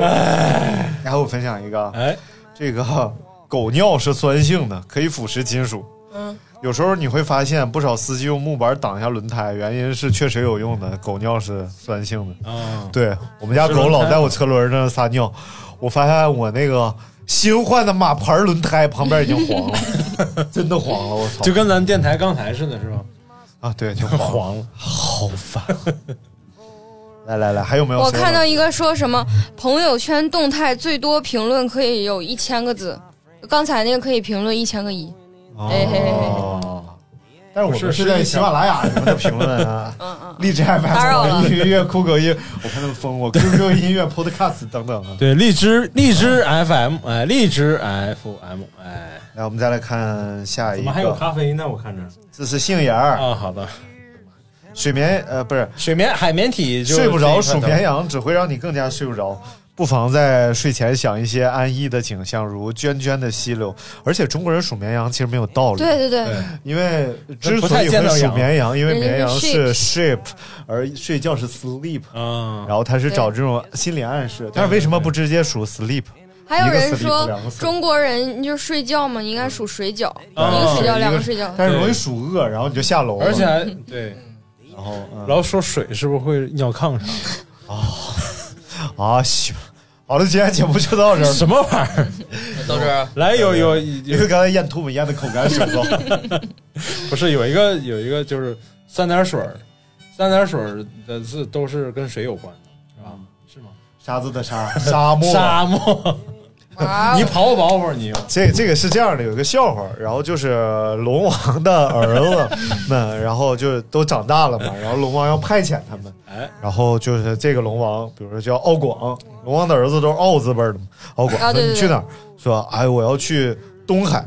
Speaker 5: 然后我分享一个，
Speaker 3: 哎，
Speaker 5: 这个 *laughs* 狗尿是酸性的，可以腐蚀金属。
Speaker 4: 嗯，
Speaker 5: 有时候你会发现，不少司机用木板挡一下轮胎，原因是确实有用的。狗尿是酸性的，
Speaker 3: 啊，
Speaker 5: 对我们家
Speaker 3: 是
Speaker 5: 狗
Speaker 3: 轮胎
Speaker 5: 老
Speaker 3: 吗
Speaker 5: 在我车轮上撒尿，我发现我那个新换的马牌轮胎旁边已经黄了， *laughs* 真的黄了，我操！
Speaker 3: 就跟咱电台刚才似的，是吧？
Speaker 5: 啊，对，就黄了，
Speaker 3: 黄了，
Speaker 5: 好
Speaker 3: *laughs*
Speaker 5: 烦。来来来，还有没有谁
Speaker 4: 我
Speaker 5: 了？
Speaker 4: 看到一个说什么朋友圈动态最多评论可以有一千个字，刚才那个可以评论一千个一。嘿嘿
Speaker 5: *laughs* 哦，但是我
Speaker 3: 不
Speaker 5: 们
Speaker 3: 是
Speaker 5: 是
Speaker 3: 是
Speaker 5: 在
Speaker 3: 一
Speaker 5: 喜马拉雅什么的评论
Speaker 3: *laughs*
Speaker 5: 啊。
Speaker 4: 嗯嗯，
Speaker 5: 荔枝 FM、
Speaker 4: 打扰了
Speaker 5: 网易云音乐、酷狗音乐，我看他们疯我 *laughs* QQ 音乐、Podcast 等等啊。
Speaker 3: 对，荔枝荔枝 FM，哎，荔枝 FM，哎，
Speaker 5: 来，我们再来看下
Speaker 3: 怎
Speaker 5: 一
Speaker 3: 么还有
Speaker 5: 个，
Speaker 3: 咖啡呢？我看着
Speaker 5: 这是杏眼儿，
Speaker 3: 啊，好的，
Speaker 5: 睡眠呃不是
Speaker 3: 水绵海绵体就
Speaker 5: 睡不着，数
Speaker 3: 羊
Speaker 5: 绵羊只会让你更加睡不着。不妨在睡前想一些安逸的景象，如涓涓的溪流。而且中国人数绵羊其实没有道理，
Speaker 4: 对对对，
Speaker 5: 因为之
Speaker 3: 不
Speaker 5: 所
Speaker 3: 太
Speaker 5: 以
Speaker 3: 见
Speaker 5: 会
Speaker 3: 到
Speaker 5: 数
Speaker 3: 羊
Speaker 5: 绵羊，因为
Speaker 4: 人家
Speaker 5: 绵羊是
Speaker 4: 是
Speaker 5: sheep，而睡觉是 sleep，
Speaker 3: 嗯，
Speaker 5: 然后他是找这种心理暗示。但是为什么不直接数 sleep？
Speaker 4: 还有
Speaker 5: 一个
Speaker 4: 人
Speaker 5: 死
Speaker 4: 说
Speaker 5: 两个死嗯
Speaker 4: 中国人就是睡觉嘛，应该数水饺，
Speaker 3: 啊
Speaker 4: 一个水
Speaker 5: 哦一
Speaker 4: 饺
Speaker 5: 个
Speaker 4: 两个
Speaker 5: *laughs*
Speaker 4: 水饺。
Speaker 5: 但是容易数饿，然后你就下楼了。
Speaker 3: 而且还对，
Speaker 5: 然后嗯
Speaker 3: 然后说水是不是会尿炕上？ *laughs*
Speaker 5: 啊，行，好了，今天节目就到这儿。
Speaker 3: 什么玩意儿？
Speaker 6: 到这儿，
Speaker 3: 来，有有
Speaker 5: 因
Speaker 3: 有 *laughs*
Speaker 5: 为，刚才咽吐沫咽的口干舌燥。
Speaker 3: 不是有一个有一个就是三点水儿，三点水儿的字都是跟水有关的，是吧？是吗？
Speaker 5: 沙子的沙，嗯沙漠。
Speaker 3: 沙漠，
Speaker 4: 哇
Speaker 3: 你
Speaker 4: 哦，
Speaker 3: 刨不刨吧你？
Speaker 5: 这这个是这样的，有一个笑话，然后就是龙王的儿子们，然后就是都长大了嘛，然后龙王要派遣他们，
Speaker 3: 哎，
Speaker 5: 然后就是这个龙王，比如说叫敖广，龙王的儿子都是敖字辈儿的嘛，敖广
Speaker 4: 啊
Speaker 5: 说
Speaker 4: 对
Speaker 5: 你
Speaker 4: 对
Speaker 5: 去哪儿？说哎我要去东海，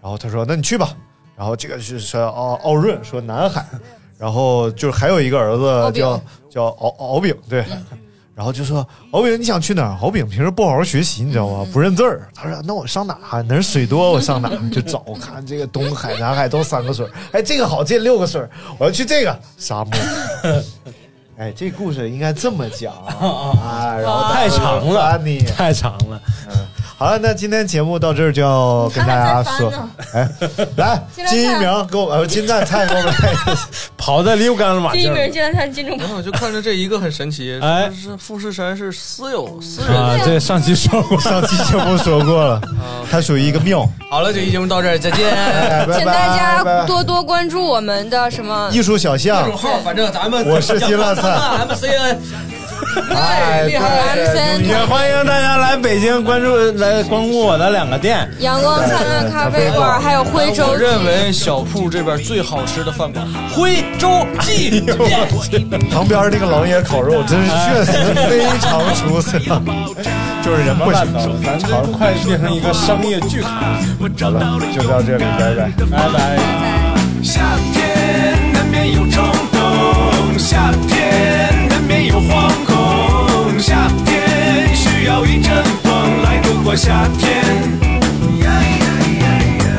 Speaker 5: 然后他说那你去吧，然后这个是说敖敖润说南海，然后就是还有一个儿
Speaker 4: 敖
Speaker 5: 子
Speaker 4: 丙
Speaker 5: 叫叫敖敖丙对。 *laughs* 然后就说敖丙，你想去哪儿？敖丙平时不好好学习，你知道吗？不认字儿。他说：“那我上哪儿？哪儿水多，我上哪儿就找。看这个东海、南海都三个水儿，哎，这个好，这六个水儿，我要去这个沙漠。哎，这故事应该这么讲啊，然后
Speaker 3: 太长了，
Speaker 5: 啊你
Speaker 3: 太长了。
Speaker 5: 好了，那今天节目到这儿就要跟大家说，哎，来
Speaker 4: 进来
Speaker 5: 金一
Speaker 4: 看
Speaker 5: 鸣给我们，呃金赞菜给我们哎来一个。
Speaker 3: 跑的溜干了马
Speaker 4: 第一
Speaker 3: 劲儿
Speaker 4: 名竟然才进中
Speaker 6: 然后我就看着这一个很神奇，
Speaker 3: 哎
Speaker 6: 说是富士山是私有私人
Speaker 3: 啊！这上期说
Speaker 5: *laughs*
Speaker 3: 过，
Speaker 5: 上期节目说过了，它属于一个庙。
Speaker 6: 好了，这期节目到这儿，再见。
Speaker 5: 哎，拜
Speaker 4: *laughs* 请大
Speaker 5: 拜拜
Speaker 4: 家
Speaker 5: 拜
Speaker 4: 多多关注我们的什么
Speaker 5: 艺术小
Speaker 6: 各
Speaker 5: 巷
Speaker 6: 种，号，反正咱们
Speaker 5: 我是金烂菜
Speaker 6: MCN，
Speaker 5: 哎，
Speaker 6: 厉害
Speaker 4: 呃
Speaker 5: 对对
Speaker 4: MCN
Speaker 6: *laughs*
Speaker 5: 对
Speaker 3: 也欢迎大家来北京关注来光顾我的两个店。
Speaker 4: 阳光灿烂咖啡馆，还有徽州
Speaker 6: 我
Speaker 4: 鸡
Speaker 6: 认为小铺这边最好吃的饭馆——徽州鸡面。
Speaker 5: 旁边那个狼烟烤肉真是确实非常出色， *laughs* 就是人不
Speaker 3: 办
Speaker 5: 行
Speaker 3: 到，咱这快变成一个商业巨咖。
Speaker 5: 好了，就到这里，拜拜。
Speaker 3: 拜拜。
Speaker 7: 夏天难免有冲动，夏天难免有惶恐，夏天需要一阵风来度过夏天。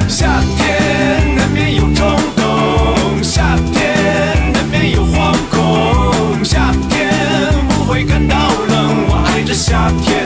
Speaker 7: 夏天难免有冲动，夏天难免有惶恐，夏天不会感到冷，我爱着夏天。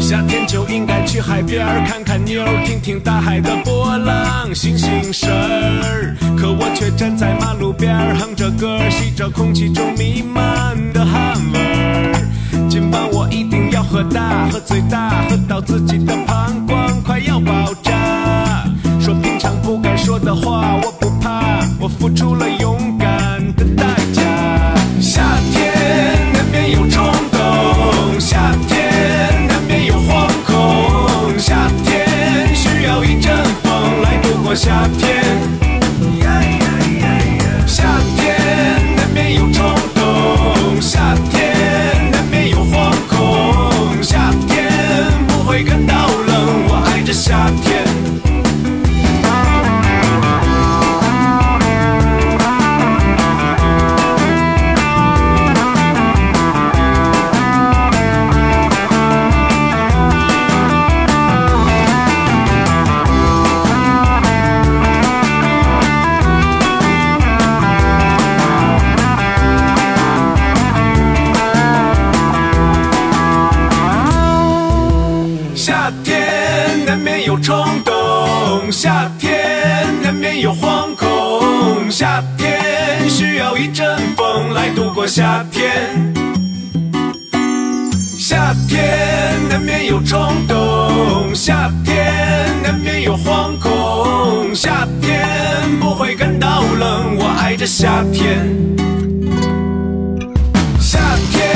Speaker 7: 夏天就应该去海边儿看看妞儿，听听大海的波浪，醒醒神儿。可我却站在马路边儿，哼着歌儿，吸着空气中弥漫的汗味儿。今晚我一定要喝大，喝醉大，喝到自己的膀胱快要爆炸。说平常不敢说的话，我不怕，我付出了勇敢的代价。夏天难免有冲动，夏天难免有惶恐，夏天需要一阵风来度过夏天。夏天难免有冲动，夏天难免有惶恐，夏天不会感到冷，我爱着夏天。夏天难免有冲动，夏天难免有惶恐，夏天需要一阵风来度过夏天。夏天难免有冲动，夏天难免有惶恐，夏天不会感到冷，我爱着夏天。夏天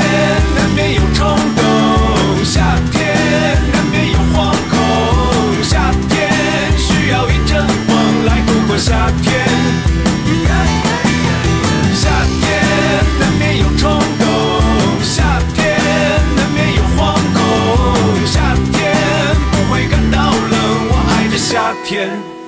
Speaker 7: 难免有冲动，夏天难免有惶恐，夏天需要一阵风来度过夏天。夏天难免有冲动，夏天难免有惶恐，夏天。